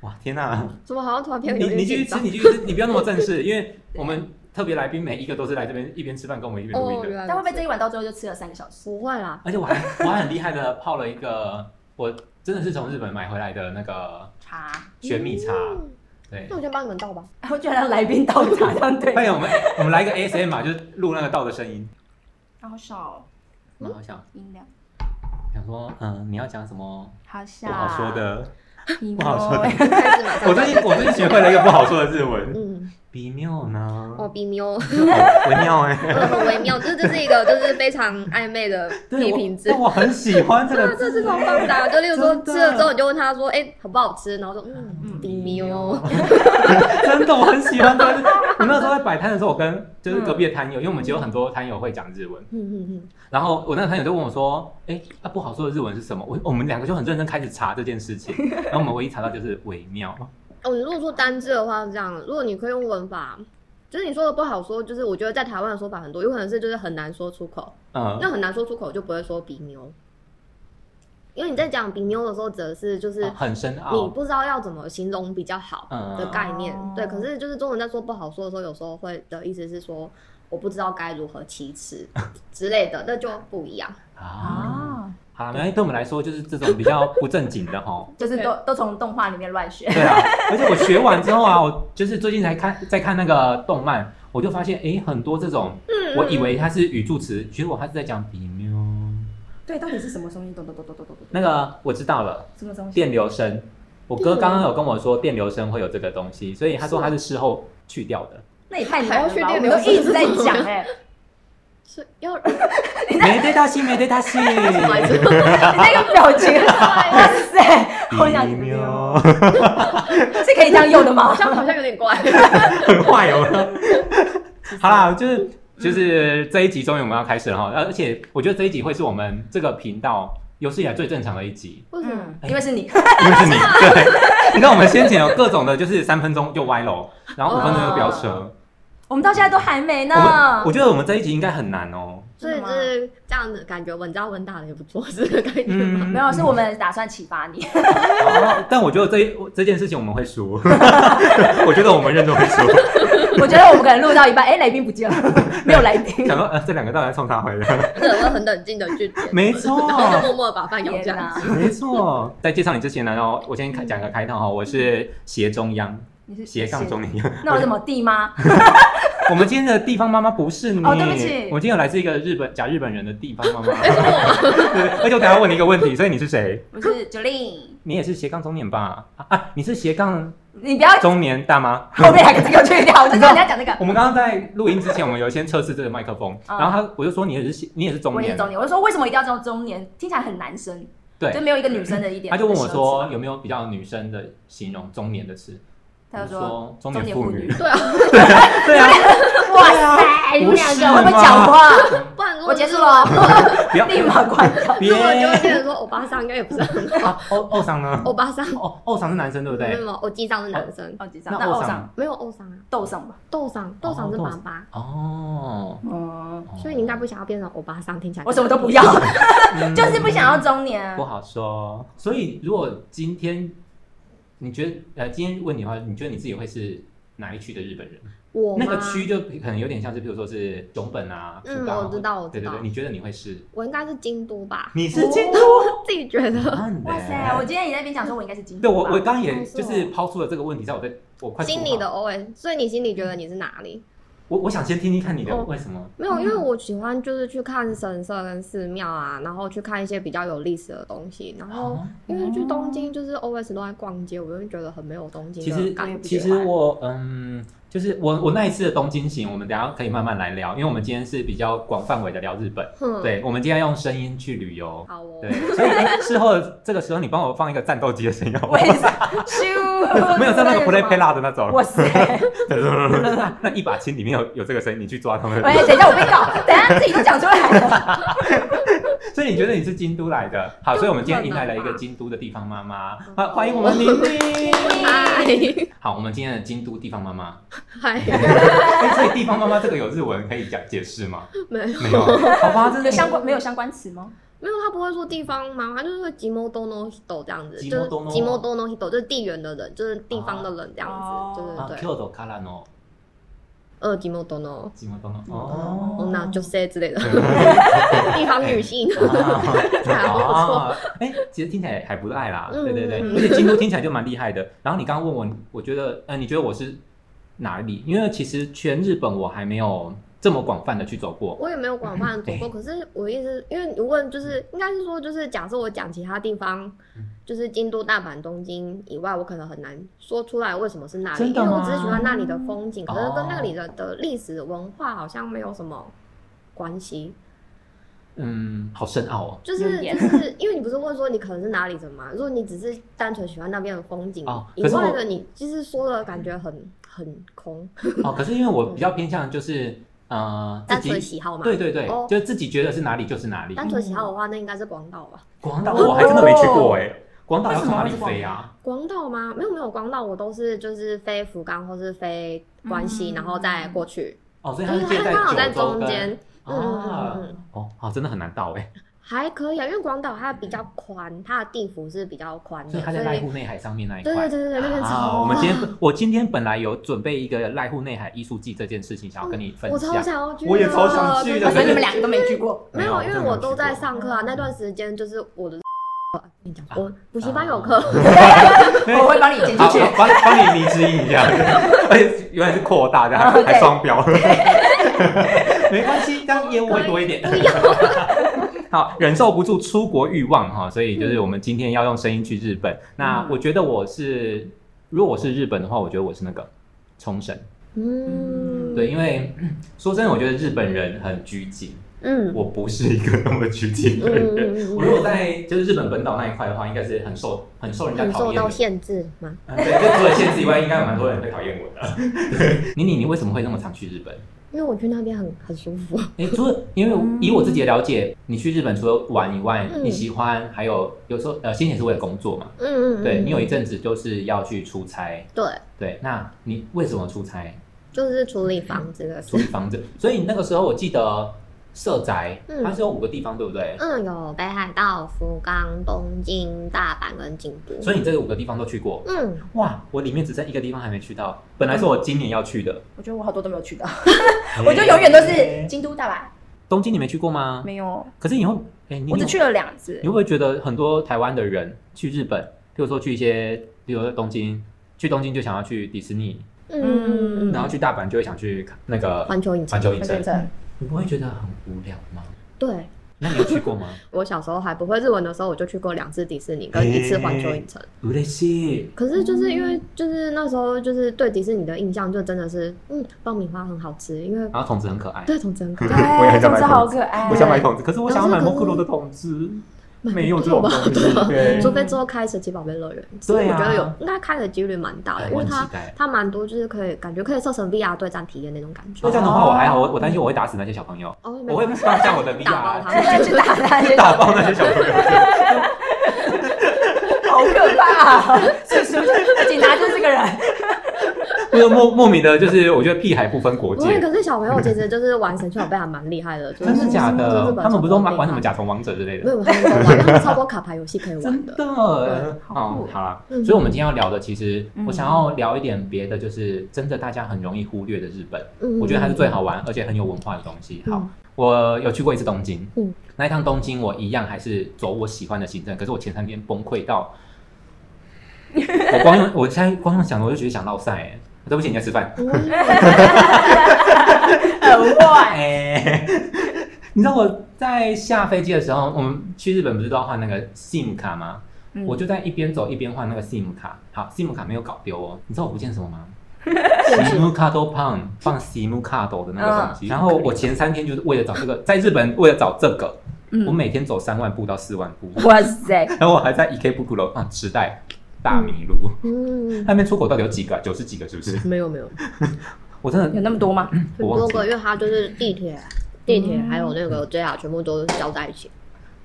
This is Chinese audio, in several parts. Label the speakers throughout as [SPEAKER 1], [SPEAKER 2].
[SPEAKER 1] 哇，天 哪！
[SPEAKER 2] 怎么好像突然变得
[SPEAKER 1] 你
[SPEAKER 2] 有
[SPEAKER 1] 你
[SPEAKER 2] 点
[SPEAKER 1] 继续
[SPEAKER 2] 紧
[SPEAKER 1] 吃，
[SPEAKER 2] 张？
[SPEAKER 1] 你继续吃，你不要那么正式，因 为我们特别来宾每一个都是来这边一边吃饭跟我们一边录音
[SPEAKER 2] 哦，
[SPEAKER 1] 的。
[SPEAKER 2] 原来
[SPEAKER 3] 但会不会
[SPEAKER 2] 如
[SPEAKER 3] 这一碗到最后就吃了三个小时
[SPEAKER 2] 此？不会啦，
[SPEAKER 1] 而且我还我还很厉害的泡了一个，我真的是从日本买回来的那个
[SPEAKER 3] 茶，
[SPEAKER 1] 玄米茶，对
[SPEAKER 2] 嗯那。我先帮你们倒吧。
[SPEAKER 3] 我觉得来宾倒茶这样对，
[SPEAKER 1] 哎呀，我们我们来一个 ASM 嘛，就是录那个倒的声音，
[SPEAKER 3] 好少
[SPEAKER 1] 蛮好
[SPEAKER 2] 嗯
[SPEAKER 1] 笑。
[SPEAKER 3] 音量，
[SPEAKER 1] 想说，嗯，你要讲什么
[SPEAKER 3] 好少，
[SPEAKER 1] 不好说，的？
[SPEAKER 3] 不
[SPEAKER 1] 不好说的。
[SPEAKER 2] 开始马 上。
[SPEAKER 1] 我最近我最近学会了一个不好说的日文，
[SPEAKER 2] 嗯，
[SPEAKER 1] 比妙呢？
[SPEAKER 2] 哦，比 喵，
[SPEAKER 1] 我妙哎，
[SPEAKER 2] 嗯很微妙，就是这是一个就是非常暧昧的
[SPEAKER 1] 对
[SPEAKER 2] 批
[SPEAKER 1] 我
[SPEAKER 2] 评，字
[SPEAKER 1] 但。我很喜欢 这个
[SPEAKER 2] 这
[SPEAKER 1] 字
[SPEAKER 2] 是。超棒 的啊，就例如说
[SPEAKER 1] 真的
[SPEAKER 2] 吃了之后，你就问他说，哎，好不好吃？然后说，嗯，
[SPEAKER 3] 嗯
[SPEAKER 2] 比喵。
[SPEAKER 1] 真的，我很喜 欢这个字。我那时候在摆摊的时候，我跟就是隔壁的摊友，因为我们其实有很多摊友会讲日文，
[SPEAKER 2] 嗯 嗯嗯，
[SPEAKER 1] 然后我那个朋友就问我说：“哎、那、不好说的日文是什么？”我我们两个就很认真开始查这件事 情，然后我们唯一查到就是微妙。
[SPEAKER 2] 哦，你如果说单字的话是这样，如果你可以用文法。就是你说的不好说，就是我觉得在台湾的说法很多，有可能是就是很难说出口，
[SPEAKER 1] 嗯，
[SPEAKER 2] 那很难说出口就不会说比牛，因为你在讲比牛的时候，指的是就是
[SPEAKER 1] 啊很深
[SPEAKER 2] 你
[SPEAKER 1] 奥。
[SPEAKER 2] 不知道要怎么形容比较好的概念。
[SPEAKER 3] 哦嗯
[SPEAKER 2] 对，可是就是中文在说不好说的时候，有时候会的意思是说我不知道该如何启 齿之类的，那就不一样。
[SPEAKER 1] 啊，
[SPEAKER 3] 啊，
[SPEAKER 1] 好了，没关系，对我们来说就是这种比较不正经的哈。
[SPEAKER 3] 就是都都从动画里面乱学，
[SPEAKER 1] 对啊，而且我学完之后啊，我就是最近才看在看那个动漫，我就发现哎、诶很多这种
[SPEAKER 2] 嗯
[SPEAKER 1] 我以为它是语助词，结果它是在讲比妙。
[SPEAKER 3] 对，到底是什么东西？咚咚咚咚咚咚咚，
[SPEAKER 1] 那个我知道了，
[SPEAKER 3] 什么东西？
[SPEAKER 1] 电流声。我哥刚刚有跟我说电流声会有这个东
[SPEAKER 3] 啊
[SPEAKER 1] 西，所以他说他是事后去掉的。
[SPEAKER 3] 那也太难了
[SPEAKER 2] 你要去
[SPEAKER 3] 吧！我
[SPEAKER 2] 电
[SPEAKER 3] 们
[SPEAKER 2] 流
[SPEAKER 3] 都
[SPEAKER 2] 是
[SPEAKER 3] 一直在
[SPEAKER 2] 什么
[SPEAKER 3] 讲哎、
[SPEAKER 2] 是 要
[SPEAKER 3] 啊
[SPEAKER 1] 没对他戏，没对他戏。
[SPEAKER 3] 你哎那个表情，哇 塞，好想
[SPEAKER 1] 比
[SPEAKER 3] 喵，是可以这样用的吗
[SPEAKER 2] 好？像好像有点怪。
[SPEAKER 1] 很坏 哦。好啦，就是就是这一集终于我们要开始了哈，而且我觉得这一集会是我们这个频道有史以来最正常的一 集，
[SPEAKER 2] 为什么？
[SPEAKER 3] 嗯，因为是你，
[SPEAKER 1] 因为是你对。你看我们先前有各种的，就是三分钟就歪楼，然后五分钟就飙
[SPEAKER 3] 哦
[SPEAKER 1] 车。
[SPEAKER 3] 我们到现在都还没呢
[SPEAKER 1] 我。们我觉得我们这一集应该很难哦。
[SPEAKER 2] 所以
[SPEAKER 3] 真
[SPEAKER 2] 就
[SPEAKER 3] 的吗
[SPEAKER 2] 是这样的感觉，稳扎稳打的也不错，是这个概念 吗？
[SPEAKER 3] 嗯没有，是我们打算启发你。
[SPEAKER 1] 好哦但我觉得这一这件事情我们会输， 我觉得我们认真会输。
[SPEAKER 3] 我觉得我们可能录到一半，哎，来宾不见了，没有来 宾。
[SPEAKER 1] 想说呃，这两个到底在冲啥回来？
[SPEAKER 2] 这我会很冷静的去 点，
[SPEAKER 1] 没错，
[SPEAKER 3] 哦
[SPEAKER 2] 然后就默默地把饭咬
[SPEAKER 3] 天
[SPEAKER 2] 下来。
[SPEAKER 3] 哪，
[SPEAKER 1] 没错，在介绍你之前呢，然后我先开讲个开头哈，我是斜中央，
[SPEAKER 3] 你是
[SPEAKER 1] 斜杠中年。
[SPEAKER 3] 那我怎么地吗？
[SPEAKER 1] 我们今天的地方妈妈不是你，
[SPEAKER 3] 哦对不起
[SPEAKER 1] 我今天有来自一个日本假日本人的地方妈妈。对，而且我等一下问你一个问题，所以你是谁？
[SPEAKER 3] 我是 Jolin，
[SPEAKER 1] 你也是斜杠中年吧？啊啊，你是斜杠
[SPEAKER 3] 你不要
[SPEAKER 1] 中年大妈。
[SPEAKER 3] 后面两个这个去掉，我就知道你要讲这个。
[SPEAKER 1] 我们刚刚在录音之前，我们有先测试这个麦克风，
[SPEAKER 3] 嗯
[SPEAKER 1] 然后他我就说你也是斜你也是中
[SPEAKER 3] 我也是
[SPEAKER 1] 年，
[SPEAKER 3] 中年，我就说为什么一定要叫中年？听起来很男生，
[SPEAKER 1] 对
[SPEAKER 3] 就没有一个女生的一点。
[SPEAKER 1] 他就问我说，有没有比较女生的形容中年的词？
[SPEAKER 3] 他就
[SPEAKER 1] 我
[SPEAKER 3] 说，
[SPEAKER 1] 中年
[SPEAKER 3] 中年
[SPEAKER 1] 妇
[SPEAKER 3] 妇
[SPEAKER 1] 女
[SPEAKER 3] 女。
[SPEAKER 2] 对啊，
[SPEAKER 1] 对啊，
[SPEAKER 3] 哇塞，你们两
[SPEAKER 1] 不是
[SPEAKER 3] 个啊会
[SPEAKER 1] 吗
[SPEAKER 3] 不会讲 话？
[SPEAKER 2] 不然如果
[SPEAKER 3] 我结束 了，
[SPEAKER 1] 不要
[SPEAKER 3] 立马关掉。
[SPEAKER 2] 如
[SPEAKER 1] 别
[SPEAKER 2] 果就会变成说欧巴桑，应该也不是很好。
[SPEAKER 1] 啊，欧欧桑呢？
[SPEAKER 2] 欧巴桑，
[SPEAKER 1] 哦，欧桑是男生对不
[SPEAKER 2] 没有
[SPEAKER 1] 对？
[SPEAKER 2] 没有，欧基桑是男生，
[SPEAKER 3] 哦，几张？
[SPEAKER 1] 那
[SPEAKER 3] 那
[SPEAKER 1] 欧
[SPEAKER 3] 欧
[SPEAKER 1] 桑
[SPEAKER 3] 上
[SPEAKER 2] 没有欧桑啊，
[SPEAKER 3] 斗上吧。
[SPEAKER 2] 豆桑，豆桑是爸爸，
[SPEAKER 1] 哦，
[SPEAKER 3] 嗯，
[SPEAKER 2] 所以你应该不想要变成欧巴桑，听起来
[SPEAKER 3] 我什么都 不要，
[SPEAKER 1] 嗯
[SPEAKER 3] 就是不想要中年啊
[SPEAKER 1] 不。好说。所以如果今天你觉得呃，今天问你的话，你觉得你自己会是哪一区的日本人？
[SPEAKER 2] 我
[SPEAKER 1] 那个
[SPEAKER 2] 吗
[SPEAKER 1] 区就可能有点像是，比如说是熊本啊，
[SPEAKER 2] 嗯
[SPEAKER 1] 福冈啊
[SPEAKER 2] 我知道我
[SPEAKER 1] 对
[SPEAKER 2] 知
[SPEAKER 1] 对
[SPEAKER 2] 道
[SPEAKER 1] 对，你觉得你会是？
[SPEAKER 2] 我应该是京都吧，
[SPEAKER 1] 你
[SPEAKER 3] 是京
[SPEAKER 1] 都？
[SPEAKER 2] 自己觉得
[SPEAKER 3] 哦哇塞，我今天也在那边讲说，我应该是金。
[SPEAKER 1] 对我我刚刚也
[SPEAKER 2] 哦是
[SPEAKER 1] 就
[SPEAKER 2] 哦
[SPEAKER 1] 是抛出了这个问题，在我在我快
[SPEAKER 2] 心里
[SPEAKER 1] 出
[SPEAKER 2] 的 OS，所以你心里觉得你是哪里？
[SPEAKER 1] 我我想先听听看你的
[SPEAKER 2] 哦
[SPEAKER 1] 为什么
[SPEAKER 2] 没有，因为我喜欢就是去看神社跟寺庙啊，然后去看一些比较有历史的东西，然后
[SPEAKER 1] 哦
[SPEAKER 2] 因为去东京就是 OS 都在逛街，我就觉得很没有东京
[SPEAKER 1] 其实
[SPEAKER 2] 的感觉。
[SPEAKER 1] 其实我嗯，就是我我那一次的东京行，我们等一下可以慢慢来聊，因为我们今天是比较广范围的聊日本，
[SPEAKER 2] 哼，
[SPEAKER 1] 对，我们今天要用声音去旅游，
[SPEAKER 2] 好哦
[SPEAKER 1] 对，，所以哎，事后这个时候你帮我放一个战斗机的声音好不
[SPEAKER 3] 我
[SPEAKER 1] 好？
[SPEAKER 3] 也是，咻，
[SPEAKER 1] 没有像那个 play play
[SPEAKER 3] 啦。
[SPEAKER 1] 啦的那种，
[SPEAKER 3] 哇塞！
[SPEAKER 1] 那一把琴里面有有这个声音，你去抓他们。
[SPEAKER 3] 喂，等一下我被告，等一下自己都讲出来了。
[SPEAKER 1] 所以你觉得你是京都来的？嗯好，所以我们今天迎来了一个京都的地方妈妈，好，欢迎我们玲玲。
[SPEAKER 2] 嗨
[SPEAKER 1] 好，我们今天的京都地方妈 妈，
[SPEAKER 2] 嗨，
[SPEAKER 1] 哎，所以 地方妈妈这个有日文可以讲解释吗？啊
[SPEAKER 2] 没有
[SPEAKER 1] 没有，好吧，真
[SPEAKER 3] 有
[SPEAKER 1] 的
[SPEAKER 3] 相关没有相关词吗？
[SPEAKER 2] 没有，他不会说地方忙，他就是会吉摩多诺 hito 这样子，
[SPEAKER 1] 吉
[SPEAKER 2] 就
[SPEAKER 1] 摩
[SPEAKER 2] 是
[SPEAKER 1] 多诺
[SPEAKER 2] 吉摩多诺 hito 就是地缘的人，就是地方的人这样子，
[SPEAKER 3] 哦
[SPEAKER 1] 啊
[SPEAKER 2] 对对对，
[SPEAKER 1] ，Kyotoからの
[SPEAKER 2] 呃，吉摩多诺，
[SPEAKER 1] 吉摩多诺哦。
[SPEAKER 2] 哦，那就 say 之类 的，地方女性，还不错，
[SPEAKER 1] 啊， 哎、其实听起来还不赖啦，
[SPEAKER 2] 嗯
[SPEAKER 1] 对对对，
[SPEAKER 2] 嗯
[SPEAKER 1] 而且京都听起来就蛮厉害的。然后你刚刚问我，我觉得，呃，你觉得我是哪里？因为其实全日本我还没有这么广泛的去走过。
[SPEAKER 2] 我也没有广泛走过，可是我意思，因为你问就是，应该是说就是，假设我讲其他地方，
[SPEAKER 1] 嗯
[SPEAKER 2] 就是京都、大阪、东京以外，我可能很难说出来为什么是那里，
[SPEAKER 1] 真
[SPEAKER 2] 因
[SPEAKER 1] 的
[SPEAKER 2] 为
[SPEAKER 1] 吗
[SPEAKER 2] 我只是喜欢那里的风景，可是
[SPEAKER 1] 哦
[SPEAKER 2] 跟那里的的历史文化好像没有什么关系。
[SPEAKER 1] 嗯，好深奥哦。
[SPEAKER 2] 就是
[SPEAKER 3] 有点
[SPEAKER 2] 就是因为你不是问说你可能是哪里人嘛？如果你只是单纯喜欢那边的风景
[SPEAKER 1] 哦
[SPEAKER 2] 以
[SPEAKER 1] 可是
[SPEAKER 2] 外
[SPEAKER 1] 我
[SPEAKER 2] 的，你其实说了感觉很很空，
[SPEAKER 1] 哦，可是因为我比较偏向就是，呃，
[SPEAKER 2] 单
[SPEAKER 1] 自
[SPEAKER 2] 纯
[SPEAKER 1] 己，
[SPEAKER 2] 喜好嘛。
[SPEAKER 1] 对对对，
[SPEAKER 2] 哦
[SPEAKER 1] 就自己觉得是哪里就是哪里。
[SPEAKER 2] 单纯喜好的话，那应该是广岛吧？
[SPEAKER 1] 广岛我还真的没去过哎、广岛要从哪里
[SPEAKER 3] 为什么会
[SPEAKER 1] 飞
[SPEAKER 3] 是广
[SPEAKER 1] 啊？
[SPEAKER 2] 广岛吗？没有没有，广岛我都是就是飞福冈或是飞关西，
[SPEAKER 3] 嗯
[SPEAKER 2] 然后再过去，
[SPEAKER 1] 哦，所以
[SPEAKER 2] 就
[SPEAKER 1] 它是
[SPEAKER 2] 是
[SPEAKER 1] 介
[SPEAKER 2] 它刚好在
[SPEAKER 1] 九州
[SPEAKER 2] 中
[SPEAKER 1] 跟
[SPEAKER 2] 间，嗯嗯嗯
[SPEAKER 1] 啊，
[SPEAKER 2] 嗯，
[SPEAKER 1] 哦，好，真的很难到哎、
[SPEAKER 2] 还可以啊，因为广岛它比较宽，它的地幅是比较宽的，
[SPEAKER 1] 所
[SPEAKER 2] 所
[SPEAKER 1] 以它在濑户内海上面那一块。
[SPEAKER 2] 对对对对对，那边
[SPEAKER 1] 啊，
[SPEAKER 2] 超
[SPEAKER 1] 我们今天我今天本来有准备一个濑户内海艺术季这件事情，想要跟你分
[SPEAKER 2] 哦我超
[SPEAKER 1] 享。
[SPEAKER 2] 想要去的，
[SPEAKER 4] 我也超想去 的
[SPEAKER 3] 我觉啊得你们两个都没去过，
[SPEAKER 2] 没有，因为我都在
[SPEAKER 1] 上。
[SPEAKER 2] 上课啊，那段时间就是我的，跟你讲，我补习班
[SPEAKER 1] 啊
[SPEAKER 2] 有课，
[SPEAKER 3] 我会帮你剪进
[SPEAKER 1] 好
[SPEAKER 3] 去。，
[SPEAKER 1] 帮帮你迷之音一下，而且原来是扩大这样，
[SPEAKER 3] 哦对
[SPEAKER 1] 还双标， 没关系，这样业务会多一点。 好，忍受不住出国欲望哈，所以就是我们今天要用声音去日本。那我觉得我是，如果我是日本的话，我觉得我是那个冲绳，
[SPEAKER 2] 嗯，
[SPEAKER 1] 对，，因为说真的，我觉得日本人很拘谨，
[SPEAKER 2] 嗯
[SPEAKER 1] 我不是一个那么拘谨的
[SPEAKER 2] 嗯
[SPEAKER 1] 人。
[SPEAKER 2] 嗯
[SPEAKER 1] 我
[SPEAKER 2] 嗯
[SPEAKER 1] 如果在就是日本本岛那一块的话，应该是很受很受人家
[SPEAKER 2] 嗯，
[SPEAKER 1] 讨
[SPEAKER 2] 受
[SPEAKER 1] 厌
[SPEAKER 2] 到
[SPEAKER 1] 的。
[SPEAKER 2] 限制吗？
[SPEAKER 1] 啊对，就除了限制以外，应该有蛮多人会讨厌我的。 妮妮，你为什么会那么常去日本？
[SPEAKER 3] 嗯
[SPEAKER 2] 因为我去那边很很舒服，
[SPEAKER 1] 哎，除了因为以我自己的了解，你去日本除了玩以外，
[SPEAKER 2] 嗯
[SPEAKER 1] 你喜欢还有有时候呃，先前是为了工作嘛，
[SPEAKER 2] 嗯嗯，
[SPEAKER 1] 对
[SPEAKER 2] 嗯
[SPEAKER 1] 你有一阵子就是要去出差，
[SPEAKER 2] 对，
[SPEAKER 1] 对，那你为什么出差？
[SPEAKER 2] 就是处理房子的
[SPEAKER 1] 处
[SPEAKER 2] 事
[SPEAKER 1] 理，房子，所以那个时候我记得社宅
[SPEAKER 2] 嗯
[SPEAKER 1] 它是有五个地方，对不对？
[SPEAKER 2] 嗯，有北海道、福冈、东京、大阪跟京都，
[SPEAKER 1] 所以你这五个地方都去过，
[SPEAKER 2] 嗯，
[SPEAKER 1] 哇，我里面只剩一个地方还没去到，本来是我今年要去的，
[SPEAKER 3] 我觉得我好多都没有去到，我就永远都是
[SPEAKER 1] 诶
[SPEAKER 3] 京都、大
[SPEAKER 1] 东京，你没去过吗
[SPEAKER 3] 阪，？没有，
[SPEAKER 1] 可是你会，哎，你
[SPEAKER 3] 我只
[SPEAKER 1] 有
[SPEAKER 3] 去了两次
[SPEAKER 1] 你会。不会觉得很多台湾的人去日本，比如说去一些，比如说东京，去东京就想要去迪士尼，
[SPEAKER 2] 嗯，
[SPEAKER 1] 然后去大阪就会想去看那个
[SPEAKER 2] 环球影
[SPEAKER 1] 环
[SPEAKER 2] 城，
[SPEAKER 1] 球影
[SPEAKER 3] 我
[SPEAKER 1] 城
[SPEAKER 3] 变，成
[SPEAKER 1] 你不会觉得很无聊吗？
[SPEAKER 2] 对
[SPEAKER 1] 那你有去 过吗？
[SPEAKER 2] 我小时候还不会日文的时候，我就去过两次迪士尼跟一次环球影城。
[SPEAKER 1] 嬉しい。
[SPEAKER 2] 可是就是因
[SPEAKER 1] 嗯
[SPEAKER 2] 为就是那时候就是对迪士尼的印象就真的是，嗯，爆米花很好吃，因为
[SPEAKER 1] 然后筒子很可爱，
[SPEAKER 2] 对啊童真
[SPEAKER 1] 嗯
[SPEAKER 2] 可爱，
[SPEAKER 4] 我也很想买
[SPEAKER 3] 哎总之好
[SPEAKER 4] 桶子
[SPEAKER 3] 可爱。
[SPEAKER 4] 我想买桶子，可是我想要买
[SPEAKER 2] 可是
[SPEAKER 4] 摩克罗的桶子，
[SPEAKER 2] 买
[SPEAKER 4] 没有这种
[SPEAKER 2] 吧
[SPEAKER 4] 东西。对，
[SPEAKER 2] 除非之后开神奇宝贝乐园，其实
[SPEAKER 1] 对
[SPEAKER 2] 我
[SPEAKER 1] 啊
[SPEAKER 2] 觉得有应该开的几率蛮大的，
[SPEAKER 1] 哎
[SPEAKER 2] 因
[SPEAKER 1] 我
[SPEAKER 2] 为
[SPEAKER 1] 很期
[SPEAKER 2] 它
[SPEAKER 1] 待。
[SPEAKER 2] 它蛮多就是可以感觉可以设成 VR 对战体验那种感觉
[SPEAKER 1] 那这。样的话我还好，我我担心我会打死那些小朋 友，
[SPEAKER 2] 哦，没
[SPEAKER 1] 我会
[SPEAKER 2] 关系
[SPEAKER 1] 放下我的 VR，
[SPEAKER 2] 哦打爆他
[SPEAKER 3] 再 去打 他，
[SPEAKER 1] 打爆那些小朋 友。
[SPEAKER 3] 好可怕、啊！是不 是？警察就是这个人。
[SPEAKER 1] 就是莫莫名的，就是我觉得屁孩不分国
[SPEAKER 2] 不会，
[SPEAKER 1] 界，
[SPEAKER 2] 可是小朋友其实就是玩神奇宝贝还蛮厉害的，就是
[SPEAKER 1] 真的假
[SPEAKER 2] 就是
[SPEAKER 1] 的
[SPEAKER 2] 日？本
[SPEAKER 1] 他们不是都玩玩什么
[SPEAKER 2] 小
[SPEAKER 1] 甲虫王者之类的
[SPEAKER 2] 朋？友没有，他们玩，他们超多卡牌游戏可以 玩
[SPEAKER 1] 真
[SPEAKER 2] 的。
[SPEAKER 1] 的，
[SPEAKER 3] 好酷
[SPEAKER 1] 哦，好啦，
[SPEAKER 2] 嗯
[SPEAKER 1] 所以我们今天要聊的，其实
[SPEAKER 3] 嗯
[SPEAKER 1] 我想要聊一点别的，就是真的大家很容易忽略的日本，
[SPEAKER 2] 嗯
[SPEAKER 1] 我觉得它是最好玩而且很有文化的东西。好，我有去过一次东京，
[SPEAKER 2] 嗯
[SPEAKER 1] 那一趟东京我一样还是走我喜欢的行程，可是我前三天崩溃到， 我光用我现在光用想我就觉得想落塞、欸，对不起，你在吃饭，
[SPEAKER 2] 嗯
[SPEAKER 3] 很坏。
[SPEAKER 1] 哎，你知道我在下飞机的时候，我们去日本不是都要换那个 SIM 卡吗？
[SPEAKER 3] 嗯
[SPEAKER 1] 我就在一边走一边换那个 SIM 卡。好，SIM 卡没有搞丢哦。你知道我不见什么吗？SIM 卡都放放 SIM 卡斗的那个东西。然后我前三天就是为了找这个，在日本为了找这个，
[SPEAKER 3] 嗯
[SPEAKER 1] 我每天走三万步到四万步，
[SPEAKER 3] 哇塞！
[SPEAKER 1] 然后我还在 E K 布库楼啊时代大迷路。
[SPEAKER 2] 嗯，
[SPEAKER 1] 那边出口到底有几个啊？九十几个是不是？
[SPEAKER 2] 没有没有，
[SPEAKER 1] 我真的
[SPEAKER 3] 有那么多吗？
[SPEAKER 2] 很
[SPEAKER 1] 我忘
[SPEAKER 2] 多
[SPEAKER 1] 记
[SPEAKER 2] 个，
[SPEAKER 1] 了。
[SPEAKER 2] 因为它就是地铁、地铁还有那个 JR 全部都交在一起。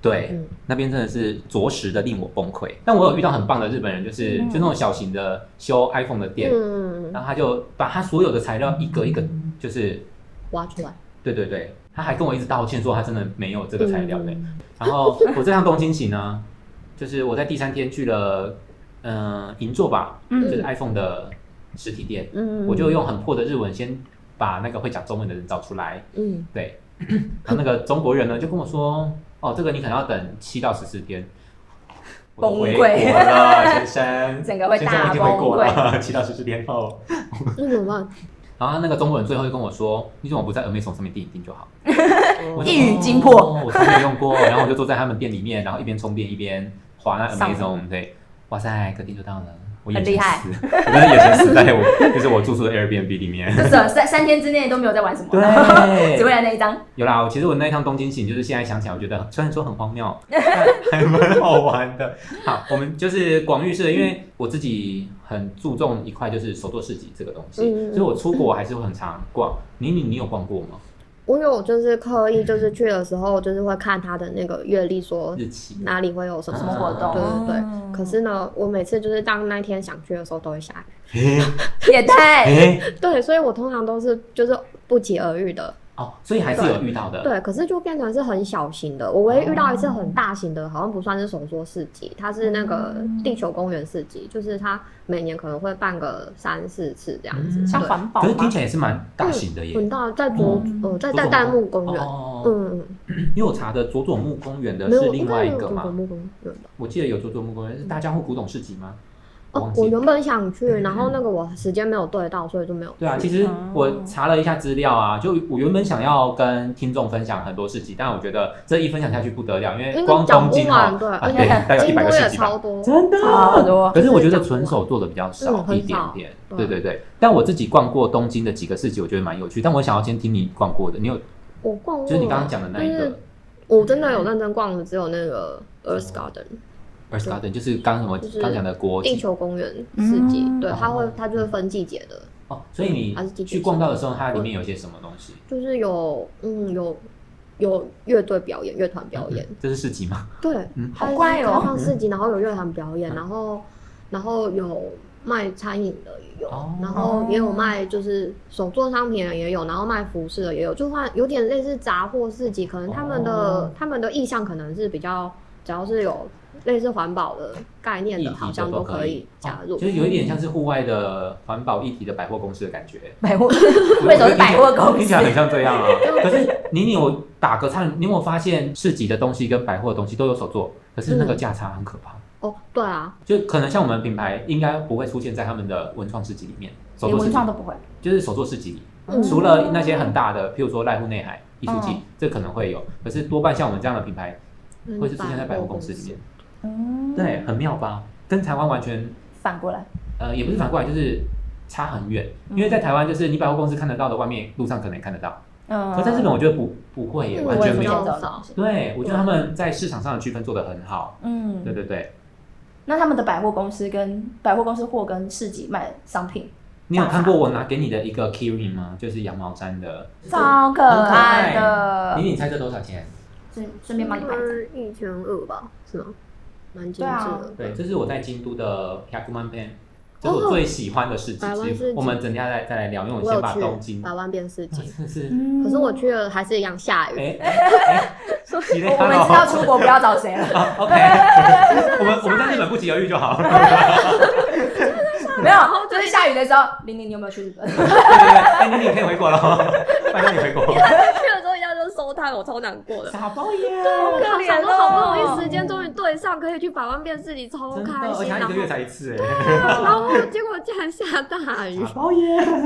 [SPEAKER 1] 对，
[SPEAKER 2] 嗯
[SPEAKER 1] 那边真的是着实的令我崩溃。但我有遇到很棒的日本人，就是、
[SPEAKER 3] 嗯
[SPEAKER 1] 就那种小型的修 iPhone 的店，
[SPEAKER 2] 嗯，
[SPEAKER 1] 然后他就把他所有的材料一个一个，就是
[SPEAKER 2] 挖出来。
[SPEAKER 1] 对对对，他还跟我一直道歉说他真的没有这个材料的。
[SPEAKER 2] 嗯
[SPEAKER 1] 然后我这趟东京行呢，就是我在第三天去了，嗯，银座吧，
[SPEAKER 3] 嗯
[SPEAKER 1] 就是 iPhone 的实体店，
[SPEAKER 2] 嗯
[SPEAKER 1] 我就用很破的日文先把那个会讲中文的人找出来，
[SPEAKER 2] 嗯
[SPEAKER 1] 对，然后那个中国人呢就跟我说，哦，这个你可能要等七到十四天。我
[SPEAKER 3] 崩
[SPEAKER 1] 就回
[SPEAKER 3] 溃
[SPEAKER 1] 国了，先生，
[SPEAKER 3] 整个会
[SPEAKER 1] 先生我已经
[SPEAKER 3] 大
[SPEAKER 1] 回国
[SPEAKER 3] 崩溃
[SPEAKER 1] 了， 七到十四天后。
[SPEAKER 2] 那怎么办？
[SPEAKER 1] 然后他那个中国人最后就跟我说：“你怎么不在 Amazon 上面订一订就好？” 我就
[SPEAKER 3] 一语惊破
[SPEAKER 1] 哦我从没用过。然后我就坐在他们店里面，然后一边充电一边划那
[SPEAKER 3] 上
[SPEAKER 1] Amazon，对，哇塞，隔天就到了，我
[SPEAKER 3] 很
[SPEAKER 1] 眼前
[SPEAKER 3] 厉害
[SPEAKER 1] 死， 我真的眼前死在我就是我住宿的 Airbnb 里面。
[SPEAKER 3] 就是三三天之内都没有在玩什么， 只为
[SPEAKER 1] 对，
[SPEAKER 3] 了那一张。
[SPEAKER 1] 有啦。我其实我那一趟东京行，就是现在想起来，我觉得虽然说很荒谬， 但还蛮好玩 的。好，我们就是广域式的，因为我自己很注重一块就是手作市集这个东西，
[SPEAKER 2] 嗯
[SPEAKER 1] 所以我出国还是会很常逛。你你你有逛过吗？
[SPEAKER 2] 我有就是刻意就是去的时候，就是会看他的那个阅历，说
[SPEAKER 1] 日期
[SPEAKER 2] 哪里会有什么
[SPEAKER 1] 什么活动
[SPEAKER 2] 对对
[SPEAKER 3] 哦
[SPEAKER 2] 对。可是呢，我每次就是当那天想去的时候都会下雨，
[SPEAKER 1] 诶
[SPEAKER 3] 也太
[SPEAKER 1] 诶
[SPEAKER 2] 对，所以我通常都是就是不期而遇的，
[SPEAKER 1] 哦，所以还是有遇到的。
[SPEAKER 2] 对。可是就变成是很小型的，我唯一遇到一次很大型的，好像不算是手作市集，它是那个
[SPEAKER 3] 嗯
[SPEAKER 2] 地球公园市集，就是它每年可能会办个三四次这样子，
[SPEAKER 1] 嗯
[SPEAKER 3] 像
[SPEAKER 2] 对
[SPEAKER 3] 环保
[SPEAKER 1] 可是听
[SPEAKER 3] 吗？
[SPEAKER 1] 起来也是蛮大型的耶。
[SPEAKER 2] 很大，在佐
[SPEAKER 3] 嗯
[SPEAKER 2] 呃在
[SPEAKER 1] 佐佐
[SPEAKER 2] 在
[SPEAKER 1] 木
[SPEAKER 2] 弹幕公园，
[SPEAKER 1] 哦，
[SPEAKER 2] 嗯，
[SPEAKER 1] 因为我查的佐佐木公园的
[SPEAKER 2] 没有，
[SPEAKER 1] 是
[SPEAKER 2] 我
[SPEAKER 1] 另
[SPEAKER 2] 应该
[SPEAKER 1] 外
[SPEAKER 2] 没
[SPEAKER 1] 一
[SPEAKER 2] 有
[SPEAKER 1] 个
[SPEAKER 2] 佐佐
[SPEAKER 1] 嘛？
[SPEAKER 2] 木公园对
[SPEAKER 1] 我记得有佐佐木公园是大江户古董市集吗？我
[SPEAKER 2] 哦
[SPEAKER 1] 忘，记
[SPEAKER 2] 我
[SPEAKER 1] 了。嗯
[SPEAKER 2] 原本想去，然后那个我时间没有对到，所以就没有。
[SPEAKER 1] 对啊，其
[SPEAKER 2] 哦
[SPEAKER 1] 实我查了一下资料啊，就我原本想要跟听众分享很多市集，但我觉得这一分享下去不得了，因为
[SPEAKER 2] 因
[SPEAKER 1] 光
[SPEAKER 2] 为讲
[SPEAKER 1] 东
[SPEAKER 2] 不
[SPEAKER 1] 京哈，
[SPEAKER 2] 完，对，
[SPEAKER 1] 啊
[SPEAKER 2] 而
[SPEAKER 1] 对，
[SPEAKER 2] 且
[SPEAKER 1] 大概一
[SPEAKER 2] 京
[SPEAKER 1] 百
[SPEAKER 2] 都
[SPEAKER 1] 个市
[SPEAKER 2] 也
[SPEAKER 1] 集吧
[SPEAKER 2] 超。多，
[SPEAKER 1] 真的
[SPEAKER 3] 好多，
[SPEAKER 1] 可是我觉得纯手做的比较少
[SPEAKER 2] 嗯
[SPEAKER 1] 一
[SPEAKER 2] 很
[SPEAKER 1] 点
[SPEAKER 2] 少
[SPEAKER 1] 点，
[SPEAKER 2] 对
[SPEAKER 1] 对对对。但我自己逛过东京的几个市集，我觉得蛮有趣。但我想要先听你逛过的，你有
[SPEAKER 2] 我逛过了。
[SPEAKER 1] 就是你刚刚讲的那一
[SPEAKER 2] 哦就
[SPEAKER 1] 个
[SPEAKER 2] 是我真的有认真逛的，只有那个
[SPEAKER 1] 嗯
[SPEAKER 2] Earth Garden
[SPEAKER 1] Earth Garden，就是刚刚什么
[SPEAKER 2] 就是
[SPEAKER 1] 刚讲的国际
[SPEAKER 2] 地球公园市集，
[SPEAKER 3] 嗯
[SPEAKER 2] 对，它会
[SPEAKER 1] 哦
[SPEAKER 2] 它就是分季节的，
[SPEAKER 1] 哦，所以
[SPEAKER 2] 还是
[SPEAKER 1] 你
[SPEAKER 2] 地球
[SPEAKER 1] 去逛到的时候，它里面有些什么东西？
[SPEAKER 2] 就是有嗯有有乐队表演、乐团表演，
[SPEAKER 1] 这是市集吗？
[SPEAKER 2] 对，
[SPEAKER 1] 嗯
[SPEAKER 2] 它
[SPEAKER 3] 好怪哦
[SPEAKER 2] 开放市集，然后有乐团表演，然后然后有卖餐饮的也有
[SPEAKER 1] 哦，
[SPEAKER 2] 然后也有卖就是手作商品的也有，然后卖服饰的也有，就换有点类似杂货市集，可能他们
[SPEAKER 1] 哦
[SPEAKER 2] 的他们的意向可能是比较，只要是有类似环保的概念
[SPEAKER 1] 议
[SPEAKER 2] 的，好
[SPEAKER 1] 题
[SPEAKER 2] 像
[SPEAKER 1] 的都
[SPEAKER 2] 可以
[SPEAKER 1] 以
[SPEAKER 2] 加
[SPEAKER 1] 哦
[SPEAKER 2] 入
[SPEAKER 1] 就。是有
[SPEAKER 3] 嗯
[SPEAKER 1] 一点像是户外的环保议题的百货公司的感觉。
[SPEAKER 3] 百货， 为什么是百货公司
[SPEAKER 1] 听起来很像这样 啊。可是你你有打个岔，你有没有发现市集的东西跟百货的东西都有手做，可是那
[SPEAKER 3] 嗯
[SPEAKER 1] 个价差很可怕。
[SPEAKER 2] 哦，对啊，
[SPEAKER 1] 就可能像我们品牌应该不会出现在他们的文创市集里面，手
[SPEAKER 3] 连
[SPEAKER 1] 作市
[SPEAKER 3] 文
[SPEAKER 1] 集
[SPEAKER 3] 创都不会。
[SPEAKER 1] 就是手作市集里
[SPEAKER 2] 嗯
[SPEAKER 1] 除了那些很大的，譬如说濑户内海艺术季，
[SPEAKER 3] 嗯
[SPEAKER 1] 这可能会有，可是多半像我们这样的品牌
[SPEAKER 2] 嗯
[SPEAKER 1] 会是出现在百货公司里面。
[SPEAKER 3] 嗯，
[SPEAKER 1] 对，，很妙吧？跟台湾完全
[SPEAKER 3] 反过来，
[SPEAKER 1] 呃，也不是反过来，就是差很远。
[SPEAKER 3] 嗯
[SPEAKER 1] 因为在台湾，就是你百货公司看得到的，外面路上可能也看得到。
[SPEAKER 3] 嗯，
[SPEAKER 1] 可在日本，我觉得不不会耶，
[SPEAKER 2] 嗯
[SPEAKER 1] 完
[SPEAKER 3] 我
[SPEAKER 1] 全
[SPEAKER 3] 也不
[SPEAKER 1] 没
[SPEAKER 3] 知
[SPEAKER 1] 有
[SPEAKER 2] 有。
[SPEAKER 3] 道这种东西。
[SPEAKER 1] 对，啊我觉得他们在市场上的区分做得很好。
[SPEAKER 3] 嗯，
[SPEAKER 1] 对对对，
[SPEAKER 3] 那他们的百货公司跟百货公司货跟市集卖商品，
[SPEAKER 1] 你有看过我拿给你的一个 keyring 吗？就是羊毛毡的。
[SPEAKER 3] 超可爱的
[SPEAKER 1] 你，你猜这多少钱？
[SPEAKER 3] 顺顺便帮你买一张。
[SPEAKER 2] 一千二吧，是吗？蛮精
[SPEAKER 3] 对啊
[SPEAKER 2] 致的。
[SPEAKER 1] 对，这是我在京都的 Yakuman Pen，这是
[SPEAKER 3] 哦
[SPEAKER 1] 我最喜欢的市集
[SPEAKER 2] 百万。市集
[SPEAKER 1] 我们等一下再再来聊，因为我
[SPEAKER 2] 我
[SPEAKER 1] 们先
[SPEAKER 2] 有
[SPEAKER 1] 把东
[SPEAKER 2] 去
[SPEAKER 1] 京，
[SPEAKER 3] 啊
[SPEAKER 2] 百万变市 集，
[SPEAKER 1] 真的 是
[SPEAKER 3] 嗯
[SPEAKER 2] 可是我去了还是一样下雨。
[SPEAKER 1] 哎哎哎，几类
[SPEAKER 3] 我我们知道出国不要找谁 了，
[SPEAKER 1] 好哦 OK，我 们我们在日本不期而遇就好。对
[SPEAKER 3] 没有，就是下雨的时候，玲玲，你有没有去日本？
[SPEAKER 1] 对对，哎，你你可以回国了，拜托你回国。
[SPEAKER 2] 去了之后一下就收摊，我超难过的。
[SPEAKER 1] 傻包耶！
[SPEAKER 2] 我
[SPEAKER 3] 可
[SPEAKER 2] 想
[SPEAKER 3] 怜
[SPEAKER 2] 说好不容
[SPEAKER 3] 哦
[SPEAKER 2] 易时间终于对上，可以去百万遍市里，超
[SPEAKER 1] 真的，
[SPEAKER 2] 开
[SPEAKER 1] 而
[SPEAKER 2] 心。
[SPEAKER 1] 且他
[SPEAKER 2] 然
[SPEAKER 1] 一个月
[SPEAKER 2] 后，
[SPEAKER 1] 才一次哎，
[SPEAKER 2] 然后结果竟然下大雨，
[SPEAKER 1] 傻包耶！
[SPEAKER 2] 好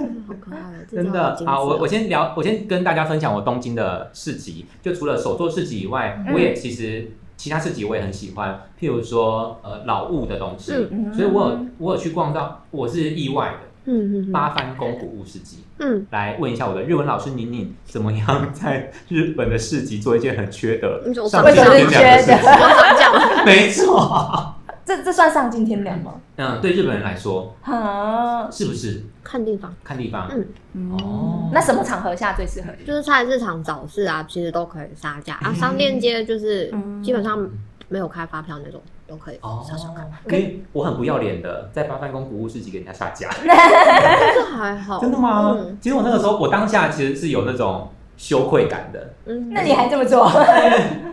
[SPEAKER 2] 可爱哦，
[SPEAKER 1] 真的啊，我我先聊，我先跟大家分享我东京的市集。就除了手作市集以外，
[SPEAKER 3] 嗯
[SPEAKER 1] 我也其实其他市集我也很喜欢，譬如说呃老物的东西，
[SPEAKER 3] 嗯
[SPEAKER 1] 所以我有我有去逛到，我是意外的
[SPEAKER 2] 嗯嗯
[SPEAKER 1] 八幡宫古物市集。
[SPEAKER 2] 嗯，
[SPEAKER 1] 来问一下我的日文老师宁宁，怎么样在日本的市集做一件很缺德
[SPEAKER 2] 你怎、么
[SPEAKER 1] 上
[SPEAKER 2] 为
[SPEAKER 1] 下
[SPEAKER 2] 什
[SPEAKER 1] 天
[SPEAKER 2] 么
[SPEAKER 3] 是
[SPEAKER 1] 两的事
[SPEAKER 3] 缺
[SPEAKER 1] 情？
[SPEAKER 2] 我想 讲，
[SPEAKER 1] 没错，
[SPEAKER 3] 这这算丧尽天良吗？
[SPEAKER 1] 嗯，对日本人来说，
[SPEAKER 3] 啊，
[SPEAKER 1] 是不是
[SPEAKER 2] 看地方，
[SPEAKER 1] 看地方？
[SPEAKER 2] 嗯
[SPEAKER 1] 哦
[SPEAKER 3] 嗯，那什么场合下最适合？
[SPEAKER 2] 就是菜市场、早市啊，其实都可以杀价啊。商店街就是
[SPEAKER 3] 嗯
[SPEAKER 2] 基本上没有开发票那种都可以
[SPEAKER 1] 哦
[SPEAKER 2] 杀杀看，，
[SPEAKER 1] 因为我很不要脸的，在八幡宫古物市集给人家下架，
[SPEAKER 2] 但是还 好。
[SPEAKER 1] 真的吗
[SPEAKER 2] 嗯？
[SPEAKER 1] 其实我那个时候，我当下其实是有那种羞愧感的。
[SPEAKER 2] 嗯，
[SPEAKER 3] 那你还这么做？
[SPEAKER 1] 哦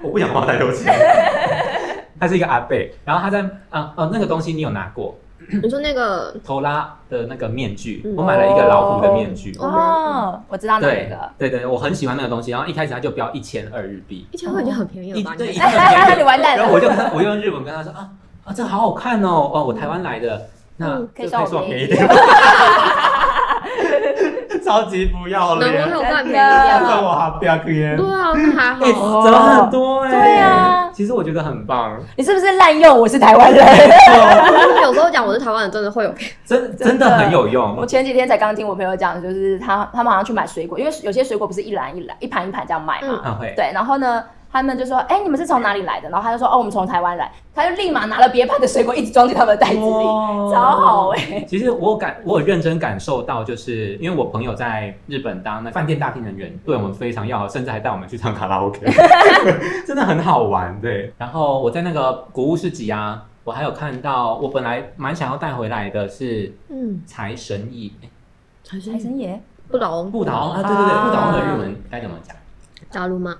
[SPEAKER 1] 我不想花太多钱。 他是一个阿贝，然后他在啊哦那个东西你有拿过
[SPEAKER 2] 你说那个
[SPEAKER 1] 头拉的那个面具，
[SPEAKER 2] 嗯
[SPEAKER 1] 我买了一个老虎的面具。
[SPEAKER 2] 哦
[SPEAKER 3] 哦，我知道哪一
[SPEAKER 1] 对
[SPEAKER 3] 个。
[SPEAKER 1] 对对，我很喜欢那个东西。然后一开始他就标一千二日币，
[SPEAKER 2] 一千块已经很便宜了吧？
[SPEAKER 1] 一对
[SPEAKER 2] 你
[SPEAKER 1] 一
[SPEAKER 2] 看
[SPEAKER 1] 定
[SPEAKER 3] 哎，
[SPEAKER 1] 很便宜
[SPEAKER 3] 你完蛋
[SPEAKER 1] 然后
[SPEAKER 3] 了！
[SPEAKER 1] 我 就跟他，我用日文跟他说啊啊，这好好看哦，哦，我台湾来的，那
[SPEAKER 3] 嗯可以
[SPEAKER 1] 这个
[SPEAKER 3] 稍微
[SPEAKER 1] 便宜一 点，超级不要
[SPEAKER 2] 能不
[SPEAKER 1] 脸，
[SPEAKER 2] 能更便宜
[SPEAKER 3] 真
[SPEAKER 2] 啊？
[SPEAKER 3] 的
[SPEAKER 1] 我好不要脸，
[SPEAKER 2] 对啊，那还好
[SPEAKER 1] 哎，
[SPEAKER 2] 啊。
[SPEAKER 1] 折很多哎，
[SPEAKER 3] 对啊
[SPEAKER 1] 其实我觉得很棒，
[SPEAKER 3] 你是不是滥用我是台湾人？哎
[SPEAKER 2] 我有时候讲我是台湾人，真的会有偏
[SPEAKER 1] 真真
[SPEAKER 3] 真的
[SPEAKER 1] 的很有用
[SPEAKER 3] 我，前几天才刚听我朋友讲，就是他他们好像去买水果，因为有些水果不是一篮一篮、一盘一盘这样卖嘛。
[SPEAKER 1] 很啊会。
[SPEAKER 3] 对，然后呢，他们就说：“哎、你们是从哪里来的？”然后他就说：“哦，我们从台湾来。”他就立马拿了别盘的水果，一直装进他们的袋子里，
[SPEAKER 1] 哇
[SPEAKER 3] 超
[SPEAKER 1] 哦
[SPEAKER 3] 好哎、
[SPEAKER 1] 其实我有感，我有认真感受到，就是因为我朋友在日本当那饭店大厅人员，对我们非常要好，甚至还带我们去唱卡拉 OK，真的很好玩。对，然后我在那个古物市集啊，我还有看到，我本来蛮想要带回来的是
[SPEAKER 2] 嗯，
[SPEAKER 1] 财神椅，诶
[SPEAKER 2] 财
[SPEAKER 3] 财神爷
[SPEAKER 2] 不懂
[SPEAKER 1] 不倒翁啊，对对对，
[SPEAKER 3] 啊
[SPEAKER 1] 不倒翁的日文该怎么讲？啊
[SPEAKER 2] 加入吗？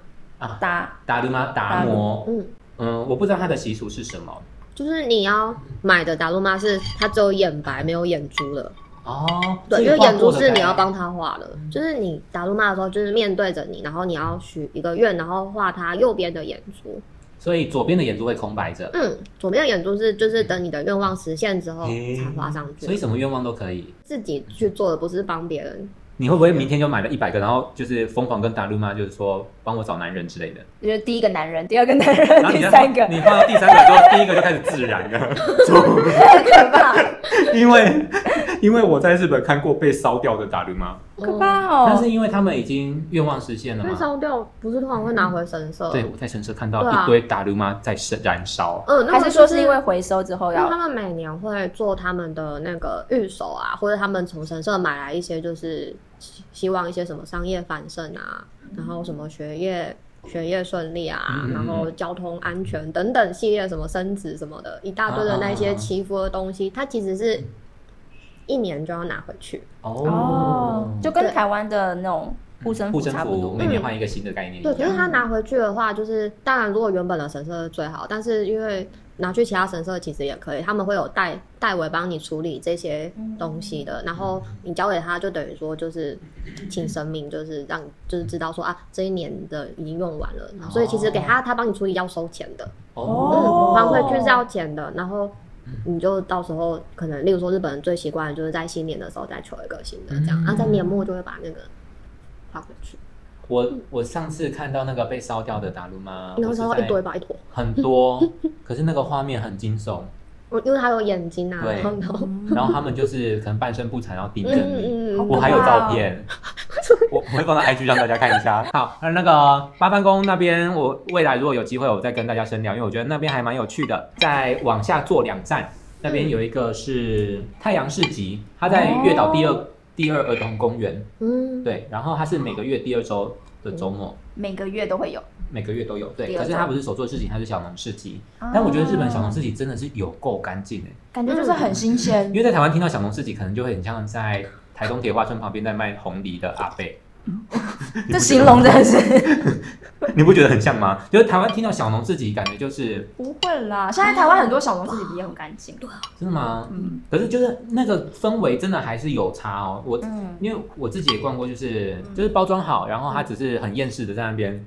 [SPEAKER 3] 搭
[SPEAKER 1] 达鲁玛达摩，
[SPEAKER 2] 嗯，
[SPEAKER 1] 嗯，我不知道它的习俗是什么。
[SPEAKER 2] 就是你要买的达鲁玛是它只有眼白没有眼珠的，
[SPEAKER 1] 哦，
[SPEAKER 2] 对，因
[SPEAKER 1] 所
[SPEAKER 2] 为
[SPEAKER 1] 以画
[SPEAKER 2] 眼珠
[SPEAKER 1] 过的
[SPEAKER 2] 是你
[SPEAKER 1] 该
[SPEAKER 2] 要帮他画的，就是你达鲁玛的时候就是面对着你，然后你要许一个愿，然后画他右边的眼珠，
[SPEAKER 1] 所以左边的眼珠会空白着，
[SPEAKER 2] 嗯，左边的眼珠是就是等你的愿望实现之后
[SPEAKER 1] 诶
[SPEAKER 2] 才画上
[SPEAKER 1] 嗯所以
[SPEAKER 2] 去，
[SPEAKER 1] 什么愿望都可以。
[SPEAKER 2] 自己去做的不是帮别人，
[SPEAKER 1] 你会不会明天就买了一百个，然后就是疯狂跟达鲁妈就是说帮我找男人之类的？
[SPEAKER 3] 就是第一个男人，第二个男
[SPEAKER 1] 然
[SPEAKER 3] 人，
[SPEAKER 1] 后
[SPEAKER 3] 呃第
[SPEAKER 1] 你再
[SPEAKER 3] 三个，
[SPEAKER 1] 你放到第三个之后，第一个就开始自燃了。
[SPEAKER 3] 很可 怕，
[SPEAKER 1] 因为因为我在日本看过被烧掉的达鲁妈，
[SPEAKER 3] 好可怕哦！
[SPEAKER 1] 但是因为他们已经愿望实现了
[SPEAKER 2] 被
[SPEAKER 1] 嘛。
[SPEAKER 2] 烧掉不是通常会拿回神社，
[SPEAKER 1] 对，我在神社看
[SPEAKER 2] 对啊
[SPEAKER 1] 到一堆达鲁妈在燃烧。
[SPEAKER 2] 嗯，那
[SPEAKER 3] 还
[SPEAKER 2] 个
[SPEAKER 3] 是
[SPEAKER 2] 就
[SPEAKER 3] 说是因为回收之后
[SPEAKER 2] 因为
[SPEAKER 3] 要
[SPEAKER 2] 他们每年会做他们的那个预售啊，或者他们从神社买来一些，就是希希望一些什么商业繁盛啊，然后什么学业学业顺利啊，
[SPEAKER 1] 嗯嗯嗯嗯
[SPEAKER 2] 然后交通安全等等系列什么升职什么的，一大堆的那
[SPEAKER 1] 啊
[SPEAKER 2] 些祈福的东西，它其实是一年就要拿回去。
[SPEAKER 3] 哦，就跟台湾的那种护身符
[SPEAKER 1] 护身
[SPEAKER 3] 差不
[SPEAKER 1] 符
[SPEAKER 3] 多。
[SPEAKER 1] 每年换一个新的概念一
[SPEAKER 2] 对，
[SPEAKER 1] 样。
[SPEAKER 2] 可是他拿回去的话，就是当然，如果原本的神社是最好，但是因为拿去其他神社其实也可以，他们会有代代为帮你处理这些东
[SPEAKER 1] 嗯
[SPEAKER 2] 西的，然后你交给他，就等于说就是请神明，就是让就是知道说啊，这一年的已经用完了，所以其实给他他帮你处理要收钱的，
[SPEAKER 3] 哦
[SPEAKER 2] 嗯，还
[SPEAKER 1] 哦
[SPEAKER 2] 回去是要钱的，然后。你就到时候可能，例如说日本人最习惯的就是在新年的时候再求一个新的这样，
[SPEAKER 1] 嗯
[SPEAKER 2] 然后在年末就会把那个发回去，
[SPEAKER 1] 我我上次看到那个被烧掉的达鲁妈，
[SPEAKER 2] 那个时候
[SPEAKER 1] 我哦是
[SPEAKER 2] 一
[SPEAKER 1] 在
[SPEAKER 2] 堆吧一坨。
[SPEAKER 1] 很多，可是那个画面很惊悚。
[SPEAKER 2] 我因为他有眼睛啊，
[SPEAKER 1] 对
[SPEAKER 2] 然后然后
[SPEAKER 3] 嗯
[SPEAKER 1] 然后他们就是可能半身不遂，然后顶着你。
[SPEAKER 2] 嗯
[SPEAKER 3] 好
[SPEAKER 2] 嗯
[SPEAKER 1] 我
[SPEAKER 3] 可怕
[SPEAKER 1] 还有照片，我我会放到 IG 让大家看一下。好，那那个八幡宫那边，我未来如果有机会，我再跟大家深聊，因为我觉得那边还蛮有趣的。再往下坐两站，那边有一个是太阳市集，它在月岛第二、第二儿童公园，
[SPEAKER 2] 嗯，
[SPEAKER 1] 对，然后它是每个月第二周的周末。
[SPEAKER 3] 每个月都会有，
[SPEAKER 1] 每个月都有，对，
[SPEAKER 3] 第二
[SPEAKER 1] 可
[SPEAKER 3] 周
[SPEAKER 1] 是它不是手做市集，它是小农市集。但我觉得日本小农市集真的是有够干净欸诶，
[SPEAKER 3] 啊感觉就是很新鲜
[SPEAKER 1] 因，为在台湾听到小农市集，可能就会很像在台东铁花村旁边在卖红梨的阿贝，
[SPEAKER 3] 嗯这形容真的是
[SPEAKER 1] 你不觉得很像吗？就是台湾听到小农市集，感觉就是
[SPEAKER 3] 不会啦。现在台湾很多小农市集也很干净，
[SPEAKER 1] 真的吗？
[SPEAKER 3] 嗯
[SPEAKER 1] 可是就是那个氛围真的还是有差哦。我
[SPEAKER 3] 嗯，
[SPEAKER 1] 因为我自己也逛过，就是就是包装好，然后它只是很厌世的在那 边。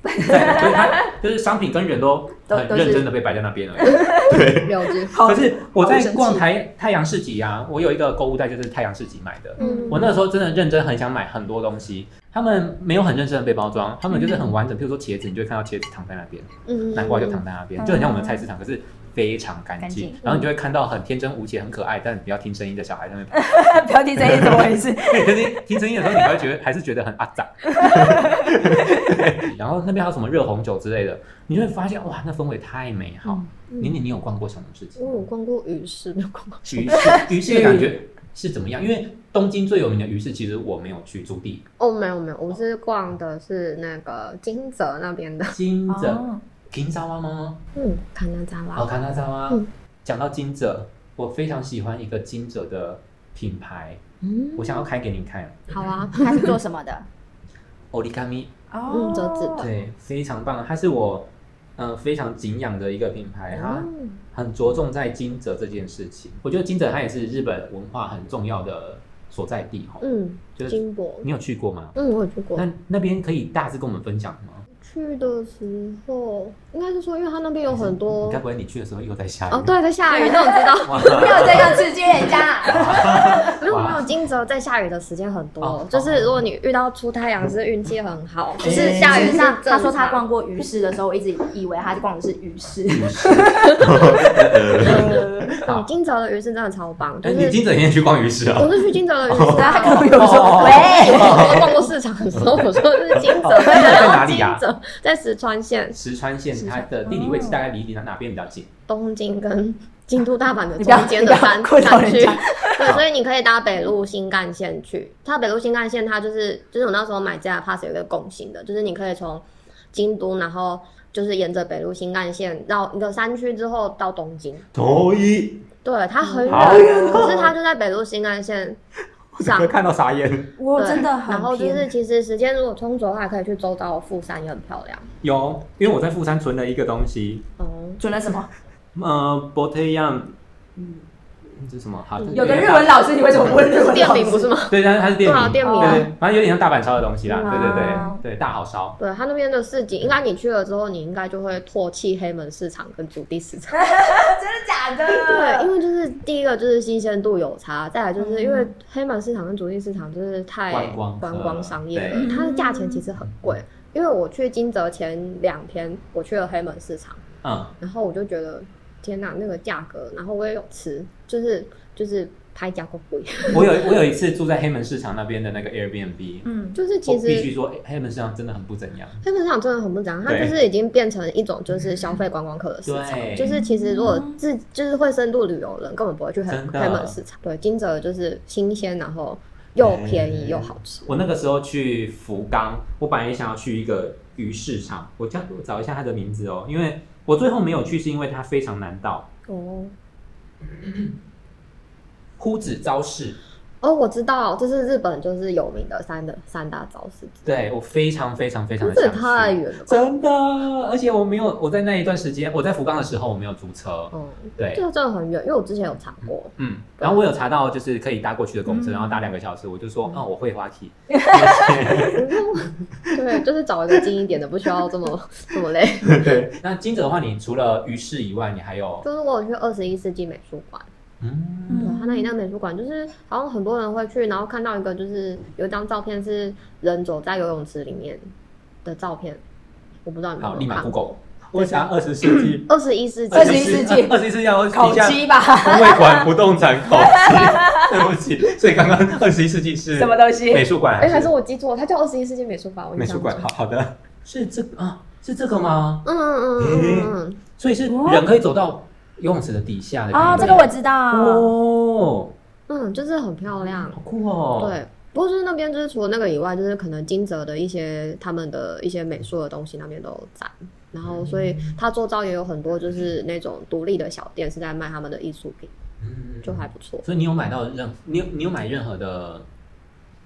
[SPEAKER 1] 对，就是它就是商品跟人都
[SPEAKER 3] 都
[SPEAKER 1] 很
[SPEAKER 3] 都是哦
[SPEAKER 1] 认真的被摆在那边了。
[SPEAKER 2] 了解。
[SPEAKER 1] 可是我在
[SPEAKER 3] 好神奇
[SPEAKER 1] 逛台太阳市集啊，我有一个购物袋就是太阳市集买的，
[SPEAKER 2] 嗯，
[SPEAKER 1] 我那个时候真的认真很想买很多东西，他们没有很认真的被包装，他们就是很完整。譬如说茄子，你就会看到茄子躺在那边，
[SPEAKER 2] 嗯
[SPEAKER 1] 南瓜就躺在那边，
[SPEAKER 3] 嗯
[SPEAKER 1] 就很像我们的菜市场，可是非常干
[SPEAKER 3] 干
[SPEAKER 1] 净
[SPEAKER 3] 净。
[SPEAKER 1] 然后你就会看到很天真无邪、很可爱，但比较听声音的小孩在那边。
[SPEAKER 3] 标题这一怎么回事？
[SPEAKER 1] 可是听声音的时候，你还会觉得还是觉得很阿杂。对然后那边还有什么热红酒之类的，你就会发现哇，那氛围太美好。
[SPEAKER 3] 嗯
[SPEAKER 1] 妮妮，你有逛过什么事情
[SPEAKER 2] 嗯我？有逛过鱼市，没有逛过
[SPEAKER 1] 鱼市，鱼市的感觉是怎么样？因为东京最有名的鱼市，其实我没有去驻地，
[SPEAKER 2] 哦，没有没有，我是逛的是那个金泽那边的，
[SPEAKER 1] 金泽。
[SPEAKER 3] 哦
[SPEAKER 1] 金沙湾吗？
[SPEAKER 2] 嗯，看那扎
[SPEAKER 1] 好
[SPEAKER 2] 哇，
[SPEAKER 1] 看那沙湾
[SPEAKER 2] 嗯。
[SPEAKER 1] 讲到金泽，我非常喜欢一个金泽的品牌，
[SPEAKER 2] 嗯，
[SPEAKER 1] 我想要开给你看。
[SPEAKER 2] 好啊，
[SPEAKER 3] 它是做什么的？
[SPEAKER 1] origami，
[SPEAKER 3] 哦
[SPEAKER 2] 嗯折 纸
[SPEAKER 1] 对，非常棒，它是我嗯、呃非常敬仰的一个品牌，它
[SPEAKER 2] 嗯
[SPEAKER 1] 很着重在金泽这件事情。我觉得金泽它也是日本文化很重要的所在地哦。
[SPEAKER 2] 嗯，
[SPEAKER 1] 就是
[SPEAKER 2] 金箔，
[SPEAKER 1] 你有去过吗？
[SPEAKER 2] 嗯，我有去过。
[SPEAKER 1] 那那边可以大致跟我们分享吗？
[SPEAKER 2] 去的时候，应该是说，因为它那边有很
[SPEAKER 1] 你
[SPEAKER 2] 多
[SPEAKER 1] 该不会你去的时候又在下雨？
[SPEAKER 2] 哦，，对，在下雨，那我知道。
[SPEAKER 1] 哇，
[SPEAKER 3] 不要这样刺激人 家。
[SPEAKER 2] 没有
[SPEAKER 1] 哇
[SPEAKER 2] 没有，金泽在下雨的时间很多
[SPEAKER 1] 哦，
[SPEAKER 2] 就是如果你遇到出太阳是运气很好，就
[SPEAKER 1] 哎
[SPEAKER 2] 是下雨是
[SPEAKER 3] 像他
[SPEAKER 2] 正
[SPEAKER 3] 说他
[SPEAKER 2] 常
[SPEAKER 3] 逛过鱼市的时候，我一直以为他逛的是鱼市。
[SPEAKER 2] 嗯，金泽的鱼市真的超棒，就
[SPEAKER 1] 哎，你
[SPEAKER 2] 是
[SPEAKER 1] 金泽也去逛鱼市啊？
[SPEAKER 2] 我是去金泽的鱼市啊，
[SPEAKER 3] 他有
[SPEAKER 1] 哦
[SPEAKER 3] 说，喂，
[SPEAKER 2] 哎我逛过市场的时候，我说是金 泽，在
[SPEAKER 1] 哪里啊
[SPEAKER 2] 金泽 在石川县
[SPEAKER 1] 石川县它的地理位置大概离离哪哪边比较近？
[SPEAKER 2] 东京 跟京都大阪的
[SPEAKER 3] 你不要
[SPEAKER 2] 中间的
[SPEAKER 3] 你
[SPEAKER 2] 山
[SPEAKER 3] 不要扩
[SPEAKER 2] 山
[SPEAKER 3] 到人
[SPEAKER 2] 区
[SPEAKER 3] 家，
[SPEAKER 2] 对，所以你可以搭北陆新干线去。它北陆新干线它就是就是我那时候买这 pass 有一个共性的，就是你可以从京都，然后就是沿着北陆新干线绕一个山区之后到东京。
[SPEAKER 1] 同意，
[SPEAKER 2] 对，它很
[SPEAKER 1] 好
[SPEAKER 3] 哎
[SPEAKER 2] 远，可是它就在北陆新干线上
[SPEAKER 1] 会。看到傻眼。
[SPEAKER 3] 我
[SPEAKER 2] 对
[SPEAKER 3] 真的很
[SPEAKER 2] 然后就
[SPEAKER 3] 偏
[SPEAKER 2] 是，其实时间如果充足的话，可以去周遭的富山也很漂亮。
[SPEAKER 1] 有，因为我在富山存了一个东西，
[SPEAKER 2] 哦，
[SPEAKER 3] 准了什么？
[SPEAKER 1] 呃 b o t e y a n 这是什么？好，这
[SPEAKER 3] 有个日文老师，你为什么不问日文老师？
[SPEAKER 2] 电饼 不是吗？
[SPEAKER 1] 对，但是它是店
[SPEAKER 2] 对啊
[SPEAKER 1] 名，
[SPEAKER 2] 店名
[SPEAKER 1] 对，反正有点像大阪烧的东西啦，对
[SPEAKER 2] 嗯
[SPEAKER 3] 啊
[SPEAKER 1] 对对对，大好烧。
[SPEAKER 2] 对他那边的市井，应该你去了之后，你应该就会唾弃黑门市场跟主地市场。
[SPEAKER 3] 真的假的？
[SPEAKER 2] 对，因为就是第一个就是新鲜度有差，再来就是因为黑门市场跟主地市场就是太
[SPEAKER 1] 观光
[SPEAKER 2] 观光商业了
[SPEAKER 1] 对，
[SPEAKER 2] 它的价钱其实很贵。因为我去金泽前两天，我去了黑门市场，
[SPEAKER 1] 嗯，
[SPEAKER 2] 然后我就觉得天哪，那个价格，然后我也有吃，就是就是拍价够贵，
[SPEAKER 1] 我有我有一次住在黑门市场那边的那个 Airbnb，
[SPEAKER 3] 嗯，
[SPEAKER 2] 就是
[SPEAKER 1] 我
[SPEAKER 2] 其
[SPEAKER 1] 必须
[SPEAKER 2] 实。
[SPEAKER 1] 说黑门市场真的很不怎样。
[SPEAKER 2] 黑门市场真的很不讲，它就
[SPEAKER 1] 对
[SPEAKER 2] 是已经变成一种就是消费观光客的市场。
[SPEAKER 1] 对，
[SPEAKER 2] 就是其实如果自就是会深度旅游的人根本不会去黑
[SPEAKER 1] 真的
[SPEAKER 2] 黑门市场，对，金泽就是新鲜，然后又便宜
[SPEAKER 1] 嗯
[SPEAKER 2] 又好吃。
[SPEAKER 1] 我那个时候去福冈，我本来也想要去一个鱼市场，我叫我找一下它的名字哦，因为我最后没有去是因为它非常难到，
[SPEAKER 2] 哦
[SPEAKER 1] 呼子招式。
[SPEAKER 2] 哦，我知道，这是日本就是有名的三的三大早市，
[SPEAKER 1] 对我非常非常非常的
[SPEAKER 2] 这也
[SPEAKER 1] 想去，
[SPEAKER 2] 太远了吧？
[SPEAKER 1] 真的，而且我没有我在那一段时间我在福冈的时候我没有租车，
[SPEAKER 2] 嗯，
[SPEAKER 1] 对
[SPEAKER 2] 这，个真的很远，因为我之前有查过，
[SPEAKER 1] 嗯，然后我有查到就是可以搭过去的公车，
[SPEAKER 3] 嗯
[SPEAKER 1] 然后搭两个小时，我就说，嗯，我会滑 梯，
[SPEAKER 2] 对，就是找一个近一点的，不需要这么 这么累。
[SPEAKER 1] 对。那金泽的话，你除了鱼市以外，你还有，
[SPEAKER 2] 就是我有去二十一世纪美术馆，
[SPEAKER 1] 嗯，
[SPEAKER 2] 对，他那里那个美术馆就是好像很多人会去，然后看到一个就是有一张照片是人走在游泳池里面的照片，我不知道你
[SPEAKER 1] 好，
[SPEAKER 2] 们
[SPEAKER 1] 立
[SPEAKER 2] 有没有
[SPEAKER 1] 马
[SPEAKER 2] 看过。
[SPEAKER 1] Google。
[SPEAKER 4] 我想二十世纪
[SPEAKER 2] 二十一世纪，
[SPEAKER 3] 21世纪
[SPEAKER 1] 二十一世纪要
[SPEAKER 3] 烤
[SPEAKER 1] 比较
[SPEAKER 3] 鸡吧，
[SPEAKER 1] 不会管不动产口气，对不起，所以刚刚二十一世纪是
[SPEAKER 3] 什么东西？
[SPEAKER 1] 美术馆
[SPEAKER 2] 哎，还是我记错，它叫二十一世纪美术馆，我印
[SPEAKER 1] 美
[SPEAKER 2] 象
[SPEAKER 1] 术馆？
[SPEAKER 2] 中
[SPEAKER 1] 好好的，是这个啊，是这个吗？
[SPEAKER 2] 嗯嗯嗯嗯嗯嗯，
[SPEAKER 1] 所以是人可以走到游泳池的底下的
[SPEAKER 2] 啊
[SPEAKER 3] 哦，这个我知道。
[SPEAKER 1] 哦，
[SPEAKER 2] 嗯，就是很漂亮
[SPEAKER 1] 好，酷哦，
[SPEAKER 2] 对。不过就是那边，就是除了那个以外，就是可能金泽的一些他们的一些美术的东西那边都有展，然后所以
[SPEAKER 1] 嗯
[SPEAKER 2] 它周遭也有很多就是那种独立的小店是在卖他们的艺术品，
[SPEAKER 1] 嗯，
[SPEAKER 2] 就还不错。
[SPEAKER 1] 所以你有买到任你有你有买任何的，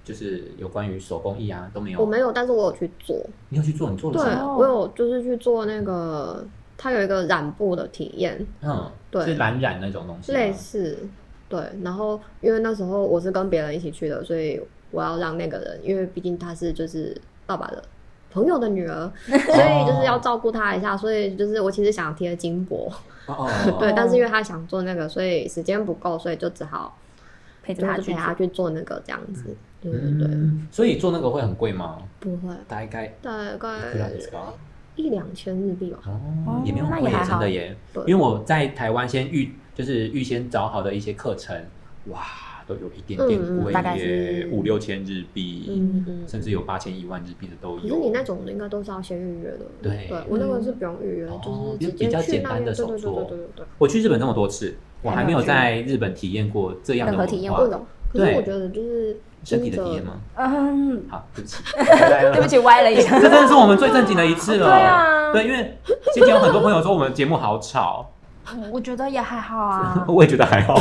[SPEAKER 1] 就是有关于手工艺啊都没有，
[SPEAKER 2] 我没有，但是我有去做，
[SPEAKER 1] 你有去做，你做了
[SPEAKER 2] 对
[SPEAKER 1] 什么？
[SPEAKER 3] 哦
[SPEAKER 2] 我有就是去做那个，它有一个染布的体验，
[SPEAKER 1] 嗯，
[SPEAKER 2] 对
[SPEAKER 1] 是蓝染那种东西吗，
[SPEAKER 2] 类似，对。然后因为那时候我是跟别人一起去的，所以我要让那个人，因为毕竟她是就是爸爸的朋友的女儿，所
[SPEAKER 1] 哦
[SPEAKER 2] 以就是要照顾她一下。所以就是我其实想贴金箔，
[SPEAKER 1] 哦哦 哦
[SPEAKER 2] 对，但是因为她想做那个，所以时间不够，所以就只好
[SPEAKER 3] 陪
[SPEAKER 2] 就是陪她去做那个这样子。对对对，
[SPEAKER 1] 嗯，所以做那个会很贵吗？
[SPEAKER 2] 不会，
[SPEAKER 1] 大概
[SPEAKER 2] 大
[SPEAKER 1] いくら
[SPEAKER 2] 概
[SPEAKER 1] ですか
[SPEAKER 2] 一两千日币吧。
[SPEAKER 1] 哦
[SPEAKER 3] 哦，
[SPEAKER 1] 也没有
[SPEAKER 3] 那
[SPEAKER 1] 很
[SPEAKER 3] 也
[SPEAKER 1] 贵耶，
[SPEAKER 3] 还好
[SPEAKER 1] 真的耶。
[SPEAKER 2] 对
[SPEAKER 1] 因为我在台湾先预就是预先找好的一些课程，哇，都有一点点
[SPEAKER 2] 嗯嗯
[SPEAKER 1] 贵
[SPEAKER 3] 大概
[SPEAKER 1] 耶
[SPEAKER 3] 是，
[SPEAKER 1] 五六千日币，
[SPEAKER 2] 嗯嗯。
[SPEAKER 1] 甚至有八千一万日币的都
[SPEAKER 2] 可是你
[SPEAKER 1] 有
[SPEAKER 2] 那。种的应该都是要先预约的，
[SPEAKER 1] 对
[SPEAKER 2] 我那个是不用预约，
[SPEAKER 1] 嗯哦
[SPEAKER 2] 就是直
[SPEAKER 1] 比
[SPEAKER 2] 接
[SPEAKER 1] 较
[SPEAKER 2] 去
[SPEAKER 1] 简
[SPEAKER 2] 那
[SPEAKER 1] 单
[SPEAKER 2] 边，
[SPEAKER 1] 的
[SPEAKER 2] 对
[SPEAKER 1] 手
[SPEAKER 2] 对对
[SPEAKER 1] 作
[SPEAKER 2] 对对对对。
[SPEAKER 1] 我去日本这么多次，我还没有
[SPEAKER 3] 还没
[SPEAKER 1] 在日本体验过这样的
[SPEAKER 3] 任何体验
[SPEAKER 1] 文
[SPEAKER 2] 不
[SPEAKER 1] 化，
[SPEAKER 2] 懂。可是
[SPEAKER 1] 对
[SPEAKER 2] 哎我觉得就是
[SPEAKER 1] 身体的体
[SPEAKER 2] 金
[SPEAKER 1] 验
[SPEAKER 2] 泽
[SPEAKER 1] 吗？
[SPEAKER 3] 嗯，
[SPEAKER 1] 好，对不 起，
[SPEAKER 3] 对不起，歪了一下。
[SPEAKER 1] 这真的是我们最正经的一次了。
[SPEAKER 3] 对啊
[SPEAKER 1] 对因为先前有很多朋友说我们节目好吵，
[SPEAKER 3] 嗯我觉得也还好
[SPEAKER 1] 哦
[SPEAKER 3] 啊。
[SPEAKER 1] 我也觉得还好。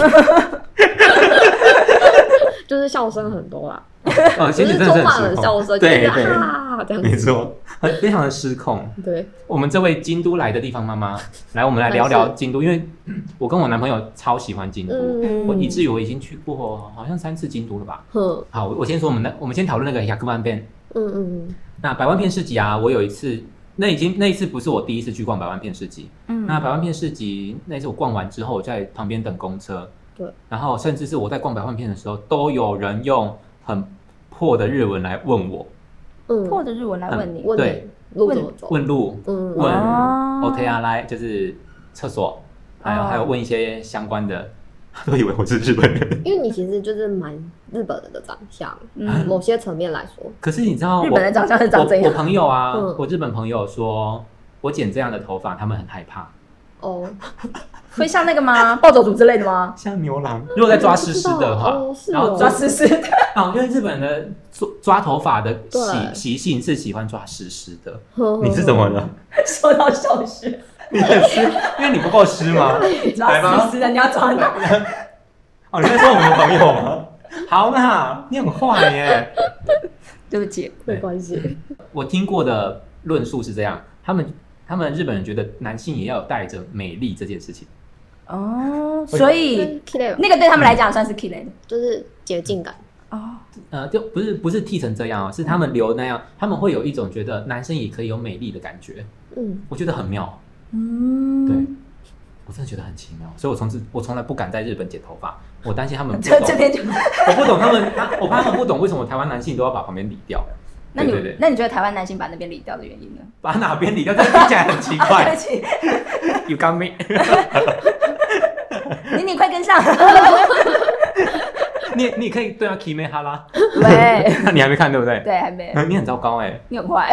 [SPEAKER 2] 就是笑声很多啦，
[SPEAKER 1] 哦，
[SPEAKER 2] 就
[SPEAKER 1] 仙
[SPEAKER 2] 是
[SPEAKER 1] 子真
[SPEAKER 2] 中
[SPEAKER 1] 的
[SPEAKER 2] 华
[SPEAKER 1] 很
[SPEAKER 2] 很
[SPEAKER 1] 失控，
[SPEAKER 2] 笑
[SPEAKER 1] 哦
[SPEAKER 2] 声，
[SPEAKER 1] 对
[SPEAKER 2] 就是
[SPEAKER 1] 对
[SPEAKER 2] 啊这样
[SPEAKER 1] 没
[SPEAKER 2] 子，
[SPEAKER 1] 错，很非常的失控。
[SPEAKER 2] 对，
[SPEAKER 1] 我们这位京都来的地方妈妈，来我们来聊聊京都，因为嗯我跟我男朋友超喜欢京都，
[SPEAKER 2] 嗯，
[SPEAKER 1] 我以至于我已经去过好像三次京都了吧。
[SPEAKER 2] 哼，
[SPEAKER 1] 好，我我先说我们那我们先讨论那个雅克曼片。
[SPEAKER 2] 嗯嗯
[SPEAKER 1] 那百万片市集啊，我有一次，那已经那一次不是我第一次去逛百万片市集，
[SPEAKER 3] 嗯
[SPEAKER 1] 那百万片市集那一次我逛完之后，我在旁边等公车，
[SPEAKER 2] 对，
[SPEAKER 1] 然后甚至是我在逛百万片的时候，都有人用很破的日文来问我，
[SPEAKER 2] 嗯，
[SPEAKER 3] 或者日文来问你，
[SPEAKER 2] 问
[SPEAKER 1] 对
[SPEAKER 2] 你路怎么走？
[SPEAKER 1] 问路，
[SPEAKER 2] 嗯，
[SPEAKER 1] 问
[SPEAKER 3] 哦
[SPEAKER 1] O T R 来就是厕所，还有、
[SPEAKER 3] 哦
[SPEAKER 1] 还有问一些相关的，他 都以为我是日本人。
[SPEAKER 2] 因为你其实就是蛮日本人的长 相，
[SPEAKER 3] 嗯
[SPEAKER 2] 某些层面来说，
[SPEAKER 1] 可是你知道我
[SPEAKER 3] 日本人长相是长这
[SPEAKER 1] 我我
[SPEAKER 3] 样，
[SPEAKER 1] 朋友啊，
[SPEAKER 2] 嗯
[SPEAKER 1] 我日本朋友说，我剪这样的头发，他们很害怕，
[SPEAKER 2] 哦，
[SPEAKER 3] 会像那个吗？暴走族之类的 吗？
[SPEAKER 1] 像牛郎。如果在抓湿湿的话，
[SPEAKER 2] 哦是哦
[SPEAKER 1] 然后抓
[SPEAKER 3] 抓丝 丝的，
[SPEAKER 1] 啊，因为日本人的抓抓头发的习
[SPEAKER 2] 对
[SPEAKER 1] 习性是喜欢抓湿湿的。
[SPEAKER 2] 呵
[SPEAKER 3] 嗯
[SPEAKER 2] 呵
[SPEAKER 1] 你是怎么了？
[SPEAKER 3] 说到消失，
[SPEAKER 1] 你很湿，因为你不够湿吗？来
[SPEAKER 3] 抓
[SPEAKER 1] 吧
[SPEAKER 3] 丝丝的，你要抓哪？
[SPEAKER 1] 哦，你在说我们的朋友 吗？好啦，你很坏耶。
[SPEAKER 3] 对不起，
[SPEAKER 2] 没 关系，
[SPEAKER 1] 我听过的论述是这样，他们他们日本人觉得男性也要有带着美丽这件事情，
[SPEAKER 3] 哦，所以
[SPEAKER 2] k i
[SPEAKER 3] 那个对他们来讲算是 key 类的
[SPEAKER 2] 就是洁净感，
[SPEAKER 3] 哦，
[SPEAKER 1] 呃，就不是不是剃成这样哦，是他们留那样，他们会有一种觉得男生也可以有美丽的感觉，
[SPEAKER 2] 嗯，
[SPEAKER 1] 我觉得很妙，对
[SPEAKER 3] 嗯，
[SPEAKER 1] 我真的觉得很奇妙，所以我从此我从来不敢在日本剪头发，我担心他们不
[SPEAKER 3] 这 这
[SPEAKER 1] 懂，
[SPEAKER 3] 边就，
[SPEAKER 1] 我不懂他们，他我怕他们不懂为什么台湾男性都要把旁边理掉，
[SPEAKER 3] 那
[SPEAKER 1] 对
[SPEAKER 3] 你
[SPEAKER 1] 对对，
[SPEAKER 3] 那你觉得台湾男性把那边理掉的原因呢？
[SPEAKER 1] 把哪边理掉，这听起来很奇
[SPEAKER 3] 啊对
[SPEAKER 1] 怪
[SPEAKER 3] 不起，
[SPEAKER 1] ，You got me，
[SPEAKER 3] 你你快 跟上，
[SPEAKER 1] 你你可以对啊 k i m e 哈拉，
[SPEAKER 3] 喂，
[SPEAKER 1] 那你还没看对不对？
[SPEAKER 3] 对，还没，
[SPEAKER 1] 你很糟糕哎、
[SPEAKER 3] 你 很坏，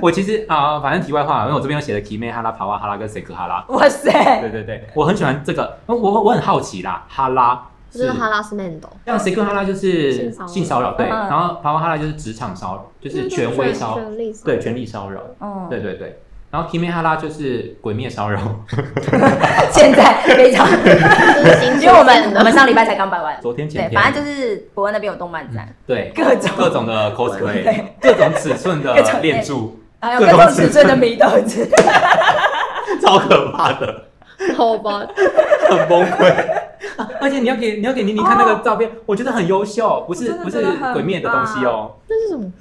[SPEAKER 1] 我其实啊、反正题外话，因为我这边有写的提妹哈拉、帕瓦哈拉跟谁克哈拉。
[SPEAKER 3] 哇塞，
[SPEAKER 1] 对对对，我很喜欢这个，我我我很好奇啦，哈拉
[SPEAKER 2] 就是 harassment 哦
[SPEAKER 1] 像谁克哈拉就是
[SPEAKER 2] 性骚扰
[SPEAKER 1] 性骚扰，对，
[SPEAKER 3] 嗯
[SPEAKER 1] 然后帕瓦哈拉就是职场骚扰，
[SPEAKER 2] 嗯
[SPEAKER 1] 就是权威骚扰，
[SPEAKER 2] 权力骚扰
[SPEAKER 1] 对，权力骚扰，
[SPEAKER 3] 嗯
[SPEAKER 1] 对，对对。然后提妹哈拉就是鬼灭 骚扰，
[SPEAKER 3] 现在非常，
[SPEAKER 2] 就是新出
[SPEAKER 3] 因为我
[SPEAKER 2] 现
[SPEAKER 3] 们
[SPEAKER 2] 的
[SPEAKER 3] 我们上礼拜才刚办完，
[SPEAKER 1] 昨天前
[SPEAKER 3] 对，
[SPEAKER 1] 天，
[SPEAKER 3] 反正就是国外那边有动漫展，
[SPEAKER 1] 对
[SPEAKER 3] 各种
[SPEAKER 1] 各种的 cosplay，各
[SPEAKER 3] 对
[SPEAKER 1] 种尺寸的
[SPEAKER 3] 各种
[SPEAKER 1] 链珠，
[SPEAKER 3] 还有各种尺寸的米豆子，
[SPEAKER 1] 超可怕的，
[SPEAKER 2] 好吧，
[SPEAKER 1] 很崩溃。啊而且你要给你要给妮妮看那个照片，我觉得很优秀，不是
[SPEAKER 3] 真的
[SPEAKER 1] 不
[SPEAKER 3] 觉
[SPEAKER 1] 是
[SPEAKER 3] 得很
[SPEAKER 1] 鬼灭的东西哦，
[SPEAKER 2] 那是什么？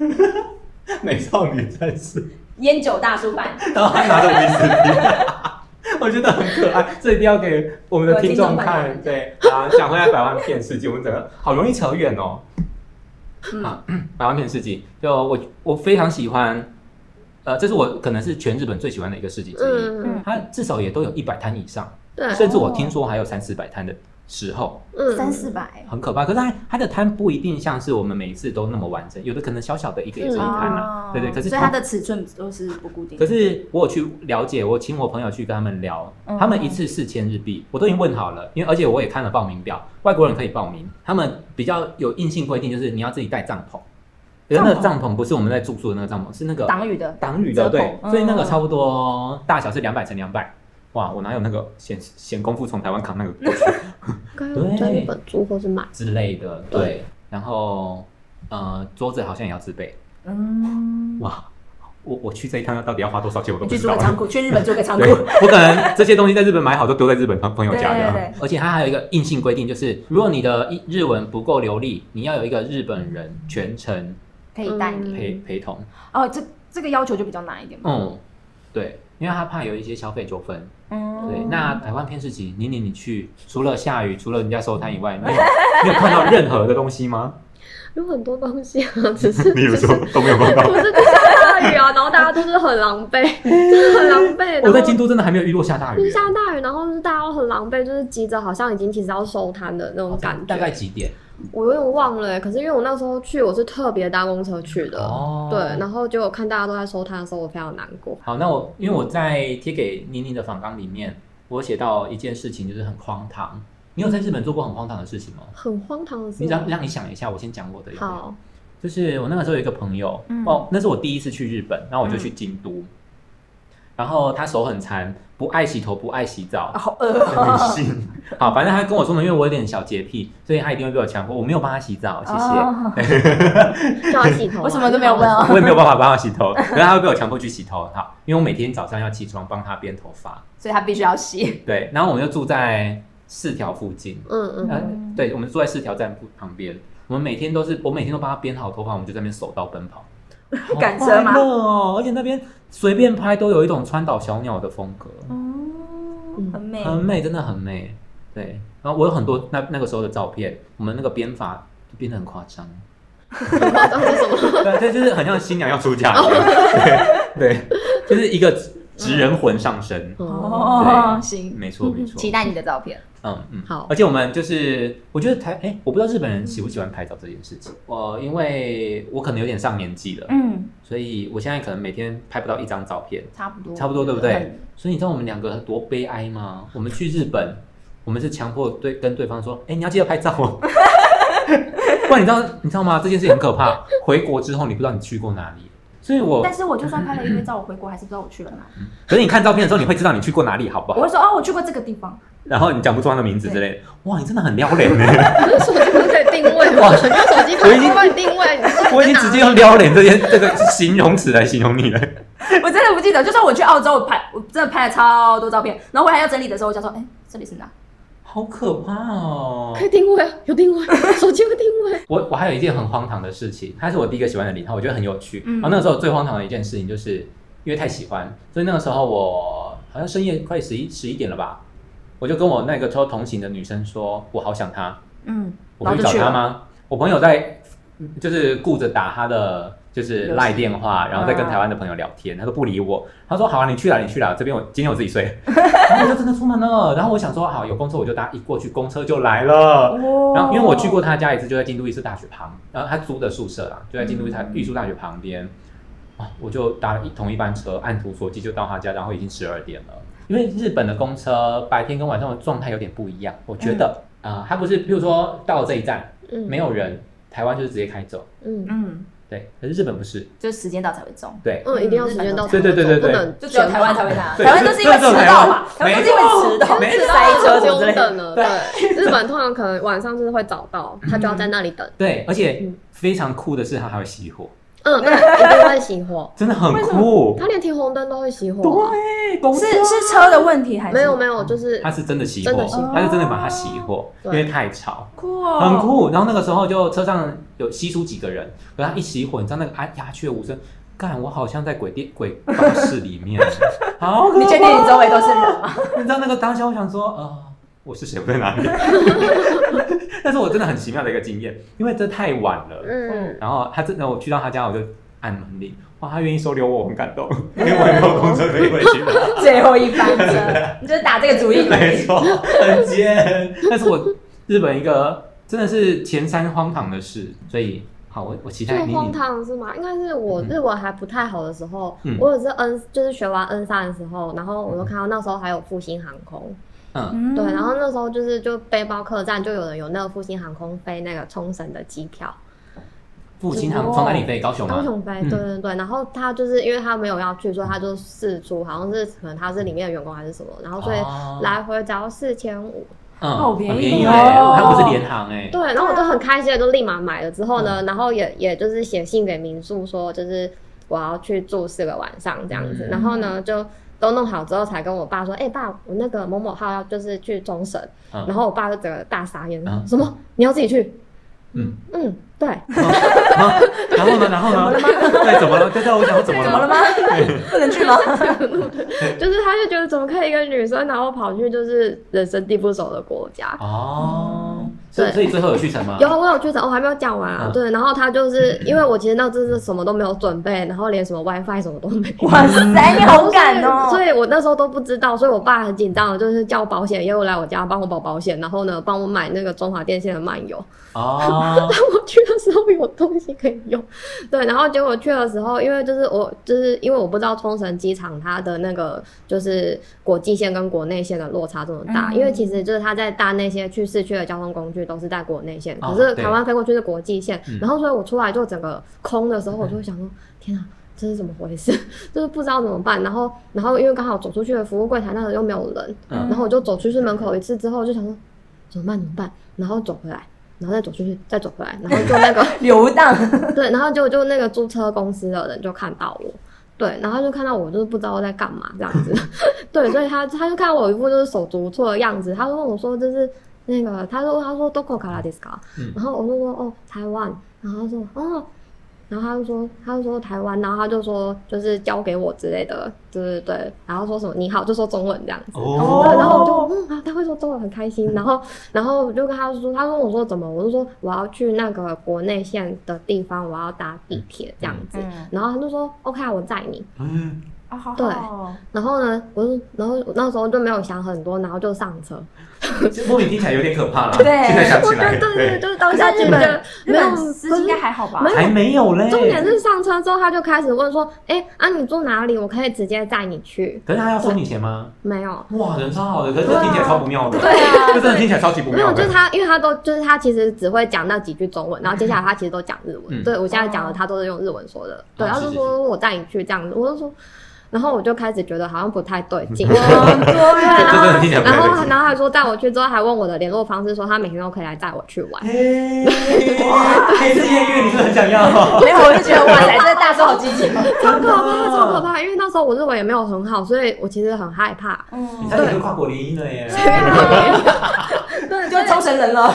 [SPEAKER 1] 美少女战士。
[SPEAKER 3] 烟酒大叔版，
[SPEAKER 1] 然后他拿着威士忌，我觉得很可爱，这一定要给我们的听众看。对，啊，讲回来百万片世纪，我们整个好容易扯远哦。啊
[SPEAKER 3] 嗯，
[SPEAKER 1] 百万片世纪，就我我非常喜欢，呃，这是我可能是全日本最喜欢的一个市集之一。
[SPEAKER 2] 嗯，
[SPEAKER 1] 它至少也都有一百摊以上，
[SPEAKER 2] 对，
[SPEAKER 1] 甚至我听说还有三四百摊的时候，
[SPEAKER 2] 嗯
[SPEAKER 3] 三四百，
[SPEAKER 1] 很可怕。可是它它的摊不一定像是我们每一次都那么完整，有的可能小小的一个也是一摊啦、
[SPEAKER 3] 哦
[SPEAKER 1] 对对。可是
[SPEAKER 3] 所以它的尺寸都是不固定的，
[SPEAKER 1] 可是我有去了解，我请我朋友去跟他们聊，
[SPEAKER 3] 嗯
[SPEAKER 1] 他们一次四千日币，我都已经问好了，因为而且我也看了报名表，外国人可以报名，他们比较有硬性规定，就是你要自己带帐篷，可是那个
[SPEAKER 3] 帐
[SPEAKER 1] 帐篷不是我们在住宿的那个帐篷，是那个
[SPEAKER 3] 挡雨的，
[SPEAKER 1] 挡雨的，
[SPEAKER 3] 遮
[SPEAKER 1] 对
[SPEAKER 3] 棚，嗯
[SPEAKER 1] 所以那个差不多大小是两百乘两百。哇，我哪有那个闲闲工夫从台湾扛那个过去
[SPEAKER 2] 该有在日本租或是买，
[SPEAKER 1] 之类的？对，然后呃，桌子好像也要自备。
[SPEAKER 3] 嗯，
[SPEAKER 1] 哇，我我去这一趟到底要花多少钱，我都
[SPEAKER 3] 你
[SPEAKER 1] 不知
[SPEAKER 3] 去租
[SPEAKER 1] 道
[SPEAKER 3] 个。仓库，去日本租个仓 库
[SPEAKER 1] 对，，我可能这些东西在日本买好，都丢在日本朋朋友家
[SPEAKER 3] 对
[SPEAKER 1] 的。
[SPEAKER 3] 对对
[SPEAKER 1] 而且它还有一个硬性规定，就是如果你的一日文不够流利，你要有一个日本人全程
[SPEAKER 3] 可以带你。
[SPEAKER 2] 嗯
[SPEAKER 1] 陪、陪同。
[SPEAKER 3] 哦，这这个要求就比较难一点嘛。
[SPEAKER 1] 嗯，对，因为他怕有一些消费纠纷。
[SPEAKER 3] 嗯，
[SPEAKER 1] 对，那台湾片市集，妮妮你去，除了下雨，除了人家收摊以外，你 有你有看到任何的东西吗？
[SPEAKER 2] 有很多东西啊，只是
[SPEAKER 1] 例如说 都没有看到
[SPEAKER 2] 不。是就下大雨啊，然后大家都是很狼狈， 真的很狼狈。
[SPEAKER 1] 我在
[SPEAKER 2] 然后
[SPEAKER 1] 京都真的还没有遇过下大
[SPEAKER 2] 就是
[SPEAKER 1] 雨，
[SPEAKER 2] 下大雨，然后就是大家都很狼狈，就是急着好像已经其实要收摊的那种感觉。
[SPEAKER 1] 大概几点？
[SPEAKER 2] 我有点忘了欸、可是因为我那时候去，我是特别搭公车去的。
[SPEAKER 1] 哦
[SPEAKER 2] 对，然后结果看大家都在收摊的时候，我非常难过。
[SPEAKER 1] 好，那我因为我在贴给妮妮的访纲里面，我写到一件事情，就是很荒唐。你有在日本做过很荒唐的事情吗？
[SPEAKER 2] 很荒唐的事
[SPEAKER 1] 你。让让你想一下，我先讲我的。，
[SPEAKER 2] 好，
[SPEAKER 1] 就是我那个时候有一个朋友，
[SPEAKER 3] 嗯
[SPEAKER 2] 嗯
[SPEAKER 1] 哦，那是我第一次去日本，然后我就去京都。然后他手很残，不爱洗头，不爱洗澡
[SPEAKER 3] 啊，，好饿哦。
[SPEAKER 5] 女性，
[SPEAKER 1] 好，反正他跟我说呢，因为我有点小洁癖，所以他一定会被我强迫。我没有帮他洗 澡，谢哎谢，
[SPEAKER 3] 哦
[SPEAKER 2] 叫他洗头啊，
[SPEAKER 3] 我什么都没有问 哦。
[SPEAKER 1] 我也没有办法帮他洗头，可是他会被我强迫去洗头。好，因为我每天早上要起床帮他编头发。
[SPEAKER 3] 所以他必须要洗。
[SPEAKER 1] 对，然后我们就住在四条附近，
[SPEAKER 2] 嗯嗯，
[SPEAKER 1] 呃
[SPEAKER 3] 嗯，
[SPEAKER 1] 对，我们住在四条站旁边。我们每天都是，我每天都帮他编好头发，我们就在那边手刀奔跑，好
[SPEAKER 3] 赶车吗
[SPEAKER 1] 快乐哦！而且那边随便拍都有一种川岛小鸟的风格，
[SPEAKER 3] 嗯很美。
[SPEAKER 1] 很美，真的很美。对，然后我有很多那那个时候的照片，我们那个编法就变得很夸张，
[SPEAKER 2] 夸张是什 么？
[SPEAKER 1] 对，这就是很像新娘要出 嫁一样，对，对就是一个职人魂上身，
[SPEAKER 2] 哦，
[SPEAKER 3] 哦，
[SPEAKER 1] 对
[SPEAKER 3] 行，
[SPEAKER 1] 没错没错，
[SPEAKER 3] 期待你的照片。
[SPEAKER 1] 嗯嗯，
[SPEAKER 2] 好
[SPEAKER 1] 而且我们就是，我觉得台，哎、我不知道日本人喜不喜欢拍照这件事情。我、因为我可能有点上年纪了，
[SPEAKER 3] 嗯，
[SPEAKER 1] 所以我现在可能每天拍不到一张照片，
[SPEAKER 3] 差不多。
[SPEAKER 1] 差不多对不对？
[SPEAKER 3] 嗯
[SPEAKER 1] 所以你知道我们两个多悲哀吗？我们去日本，我们是强迫对跟对方说，哎、你要记得拍照 哦。不然你知道你知道吗？这件事情很可怕。回国之后，你不知道你去过哪里，所以我
[SPEAKER 3] 但，是我就算拍了一堆照，我回国还是不知道我去了哪。
[SPEAKER 1] 可是你看照片的时候，你会知道你去过哪里，好不
[SPEAKER 3] 我
[SPEAKER 1] 好？
[SPEAKER 3] 会说哦，我去过这个地方。
[SPEAKER 1] 然后你讲不出他的名字之类的。哇，你真的很撩人欸呢。
[SPEAKER 2] 可是手机不是可以定位吗？你用手机
[SPEAKER 1] 我已经
[SPEAKER 2] 帮你定 位，你是
[SPEAKER 1] 我已经直接用“撩脸”这件这个形容词来形容你了。
[SPEAKER 3] 我真的不记得，就算我去澳洲，我拍我真的拍了超多照片，然后回来要整理的时候，我想说，哎、这里是哪？
[SPEAKER 1] 好可怕哦
[SPEAKER 2] 可！以定位啊，有定位，手机会定 位。
[SPEAKER 1] 我我还有一件很荒唐的事情，它是我第一个喜欢的零号，我觉得很有趣。
[SPEAKER 3] 嗯
[SPEAKER 1] 然后那个时候最荒唐的一件事情，就是因为太喜欢，所以那个时候我好像深夜快十一十一点了吧，我就跟我那个时候同行的女生说，我好想她，
[SPEAKER 3] 嗯，
[SPEAKER 1] 我可以
[SPEAKER 3] 然后
[SPEAKER 1] 找
[SPEAKER 3] 就去
[SPEAKER 1] 她
[SPEAKER 3] 了
[SPEAKER 1] 吗？我朋友在就是顾着打他的就是
[SPEAKER 3] 游戏
[SPEAKER 1] 赖电话，然后再跟
[SPEAKER 3] 啊
[SPEAKER 1] 台湾的朋友聊天，他都不理我。他说：“好啊，你去啦，你去啦，这边我今天我自己睡。” 然后我就真的出门了。然后我想说，好，有公车我就搭一过去，公车就来了。
[SPEAKER 3] 哦
[SPEAKER 1] 然后因为我去过他家一次，就在京都艺术大学旁，然后他租的宿舍啦，就在京都艺术
[SPEAKER 2] 嗯
[SPEAKER 1] 大艺术大学旁边。啊，我就搭了一同一班车，按图索骥就到他家，然后已经十二点了。因为日本的公车白天跟晚上的状态有点不一样，我觉得啊、呃它不是，譬如说到了这一站
[SPEAKER 2] 嗯，
[SPEAKER 1] 没有人，台湾就是直接开走，
[SPEAKER 2] 嗯
[SPEAKER 3] 嗯，
[SPEAKER 1] 对，可是日本不是，
[SPEAKER 3] 就是时间到才会中，
[SPEAKER 1] 对，
[SPEAKER 2] 嗯，一定要时间到才
[SPEAKER 1] 对对对对
[SPEAKER 2] 能走
[SPEAKER 1] 对
[SPEAKER 2] 不能
[SPEAKER 3] 就只有台湾才会拿，
[SPEAKER 1] 对
[SPEAKER 3] 台湾都是因为迟到嘛，
[SPEAKER 1] 只有只有台湾
[SPEAKER 3] 台湾都是因为迟到，
[SPEAKER 1] 没
[SPEAKER 3] 是
[SPEAKER 1] 错
[SPEAKER 3] 塞车什么之类
[SPEAKER 2] 用
[SPEAKER 3] 的。
[SPEAKER 2] 等了。对， 日本通常可能晚上就是会找到，
[SPEAKER 3] 嗯
[SPEAKER 2] 他就要在那里等。
[SPEAKER 1] 对，而且
[SPEAKER 2] 嗯
[SPEAKER 1] 非常酷的是它还会熄火，
[SPEAKER 2] 嗯，对，一定会熄火，
[SPEAKER 1] 真的很酷，
[SPEAKER 2] 他连停红灯都会熄火。
[SPEAKER 1] 对，公
[SPEAKER 3] 是
[SPEAKER 1] 司
[SPEAKER 3] 是车的问题还是
[SPEAKER 2] 没有没有，就是
[SPEAKER 1] 它是真的熄
[SPEAKER 2] 真的
[SPEAKER 1] 火
[SPEAKER 2] 熄火，哦
[SPEAKER 1] 它是真的把它熄火，因
[SPEAKER 2] 对
[SPEAKER 1] 为太吵，
[SPEAKER 3] 酷哦，
[SPEAKER 1] 很酷。然后那个时候就车上有吸出几个人，可是他一熄火，你知道那个啊鸦雀无声，干，我好像在鬼店鬼巴士里面， 好可怕
[SPEAKER 3] 你确定你周围都是人吗？
[SPEAKER 1] 你知道那个当下，我想说，呃，我是谁，我在哪里？ 但是我真的很奇妙的一个经验，因为这太晚了。
[SPEAKER 2] 嗯，
[SPEAKER 1] 然后他真的，我去到他家，我就按门铃，哇，他愿意收留我，我很感动， 因为我也没有工作可以回去了。
[SPEAKER 3] 最后一班车，你就是打这个主 意。
[SPEAKER 1] 没错，很贱。但是我日本一个真的是前三荒唐的事，所以好，我我期
[SPEAKER 2] 最
[SPEAKER 1] 待哎你。
[SPEAKER 2] 荒唐是吗？应该是我日文还不太好的时候，
[SPEAKER 1] 嗯
[SPEAKER 2] 我有是 N 就是学完 N 三的时候，然后我就看到那时候还有复兴航空，
[SPEAKER 1] 嗯，
[SPEAKER 3] 嗯
[SPEAKER 2] 对，然后那时候就是就背包客栈就有人有那个复兴航空飞那个冲绳的机票，
[SPEAKER 1] 复兴航从哪里飞？高雄吗？
[SPEAKER 2] 哦高雄飞，
[SPEAKER 1] 嗯
[SPEAKER 2] 对对对，然后他就是因为他没有要去，所以他就试出好像是可能他是里面的员工还是什么，然后所以
[SPEAKER 1] 哦
[SPEAKER 2] 来回只要四千五，
[SPEAKER 1] 嗯，
[SPEAKER 3] 好
[SPEAKER 1] 很
[SPEAKER 3] 便宜
[SPEAKER 1] 便宜
[SPEAKER 3] 哦
[SPEAKER 1] 哎，它不是联航哎。
[SPEAKER 2] 对，然后我就很开心的就立马买了，之后呢，
[SPEAKER 1] 嗯
[SPEAKER 2] 然后也也就是写信给民宿说，就是我要去住四个晚上这样子，
[SPEAKER 1] 嗯
[SPEAKER 2] 然后呢就都弄好之后才跟我爸说，哎、爸，我那个某某号要就是去中省，
[SPEAKER 1] 嗯
[SPEAKER 2] 然后我爸就整个大傻眼，
[SPEAKER 1] 嗯
[SPEAKER 2] 什么你要自己去？
[SPEAKER 1] 嗯
[SPEAKER 2] 嗯， 对，
[SPEAKER 1] 啊然 后呢？然后呢？对，怎么了？对对，我想说怎么
[SPEAKER 3] 怎么
[SPEAKER 1] 了？
[SPEAKER 3] 了吗？不能去吗？
[SPEAKER 2] 就是他就觉得怎么可以一个女生然后跑去就是人生地不熟的国
[SPEAKER 1] 啊
[SPEAKER 2] 家。
[SPEAKER 1] 哦，所以
[SPEAKER 2] 对
[SPEAKER 1] 所以最后有去成吗？
[SPEAKER 2] 有，啊我有去找，我、还没有讲完啊。
[SPEAKER 1] 嗯
[SPEAKER 2] 对，然后 他就是因为我其实那真是什么都没有准备，然后连什么 WiFi 什么都没有。
[SPEAKER 3] 哇塞，你好敢哦！
[SPEAKER 2] 所以我那时候都不知道，所以我爸很紧张，就是叫保险业务来我家帮我保保险，然后呢帮我买那个中华电信的漫游。
[SPEAKER 1] 哦，
[SPEAKER 2] 我去的时候有东西可以用，对，然后结果去的时候，因为就是我就是因为我不知道冲绳机场它的那个就是国际线跟国内线的落差这么大，
[SPEAKER 3] 嗯
[SPEAKER 2] 因为其实就是他在搭那些去市区的交通工具都是在国内线，
[SPEAKER 1] 哦
[SPEAKER 2] 可是
[SPEAKER 1] 对
[SPEAKER 2] 台湾飞过去是国际线，
[SPEAKER 1] 嗯
[SPEAKER 2] 然后所以我出来就整个空的时候，我就会想说，天啊，这是怎么回事？ 就是不知道怎么办。然后，然后因为刚好走出去的服务柜台那里又没有人，
[SPEAKER 1] 嗯
[SPEAKER 2] 然后我就走出去门口一次之后，就想说怎么办怎么办，然后走回来，然后再走出去，再走回来，然后就那个
[SPEAKER 3] 流荡，
[SPEAKER 2] 对，然后就就那个租车公司的人就看到我，对，然后就看到我就是不知道在干嘛这样子， 对，所以他他就看到我一副就是手足无措的样子，他就问我说就是那个，他说他说 doko kara d i s k
[SPEAKER 1] 嗯
[SPEAKER 2] 然后我就说哦台湾，然后他说哦。然后他就说，他就说台湾，然后他就说就是交给我之类的，就是对，然后说什么你好，就说中文这样子。
[SPEAKER 1] 哦
[SPEAKER 2] 对然后我就嗯啊，他会说中文很开心，然后然后我就跟他说，他跟我说怎么，我就说我要去那个国内线的地方，我要搭地铁这样子，
[SPEAKER 3] 嗯
[SPEAKER 2] 然后他就说 OK 啊，我载你。
[SPEAKER 1] 嗯，
[SPEAKER 3] 啊，好
[SPEAKER 2] 对
[SPEAKER 3] 好哦，
[SPEAKER 2] 然后呢，我就然后那时候就没有想很多，然后就上车。
[SPEAKER 1] 莫名听起来有点可怕啦。
[SPEAKER 3] 对
[SPEAKER 1] 现在想
[SPEAKER 2] 我
[SPEAKER 1] 起
[SPEAKER 2] 觉得
[SPEAKER 1] 来，
[SPEAKER 2] 对对，就是当
[SPEAKER 3] 可
[SPEAKER 2] 下
[SPEAKER 3] 是
[SPEAKER 2] 就
[SPEAKER 3] 日
[SPEAKER 2] 觉得
[SPEAKER 3] 本日
[SPEAKER 2] 没有
[SPEAKER 3] 本司机应该还好吧？
[SPEAKER 2] 没有
[SPEAKER 1] 还没有嘞。
[SPEAKER 2] 重点是上车之后，他就开始问说：“哎、啊，你住哪里？我可以直接载你去。
[SPEAKER 1] 可是他要收你钱吗？”
[SPEAKER 2] 没有，
[SPEAKER 1] 哇，人超好的，可是这听起来超不妙的。
[SPEAKER 3] 对啊
[SPEAKER 1] 这真的听起来超级不
[SPEAKER 2] 啊没
[SPEAKER 1] 妙
[SPEAKER 2] 有，就
[SPEAKER 1] 的
[SPEAKER 2] 是。他，因为他都就是他其实只会讲那几句中文，然后接下来他其实都讲日文。
[SPEAKER 1] 嗯
[SPEAKER 2] 对我现在讲的他都是用日文说的，对，
[SPEAKER 1] 啊
[SPEAKER 2] 他
[SPEAKER 1] 是
[SPEAKER 2] 就是说哦我带你去这样子，我就说，然后我就开始觉得好像不太对 劲。
[SPEAKER 3] 对啊
[SPEAKER 1] 这真的听起来不
[SPEAKER 2] 然
[SPEAKER 1] 太
[SPEAKER 2] 后，
[SPEAKER 1] 对劲。
[SPEAKER 2] 然后还说带我去之后，还问我的联络方式，说他每天都可以来带我去玩。
[SPEAKER 1] 哎，哇，哎，这艳遇你是不是很想要？
[SPEAKER 3] 没有，我就觉得哇塞，这大叔好积极。
[SPEAKER 2] 超可怕，超可怕！因为那时候我日文也没有很好，所以我其实很害 怕。
[SPEAKER 1] 你
[SPEAKER 3] 嗯，
[SPEAKER 1] 差点就跨国联姻了 耶
[SPEAKER 2] 对
[SPEAKER 3] 就冲绳人了。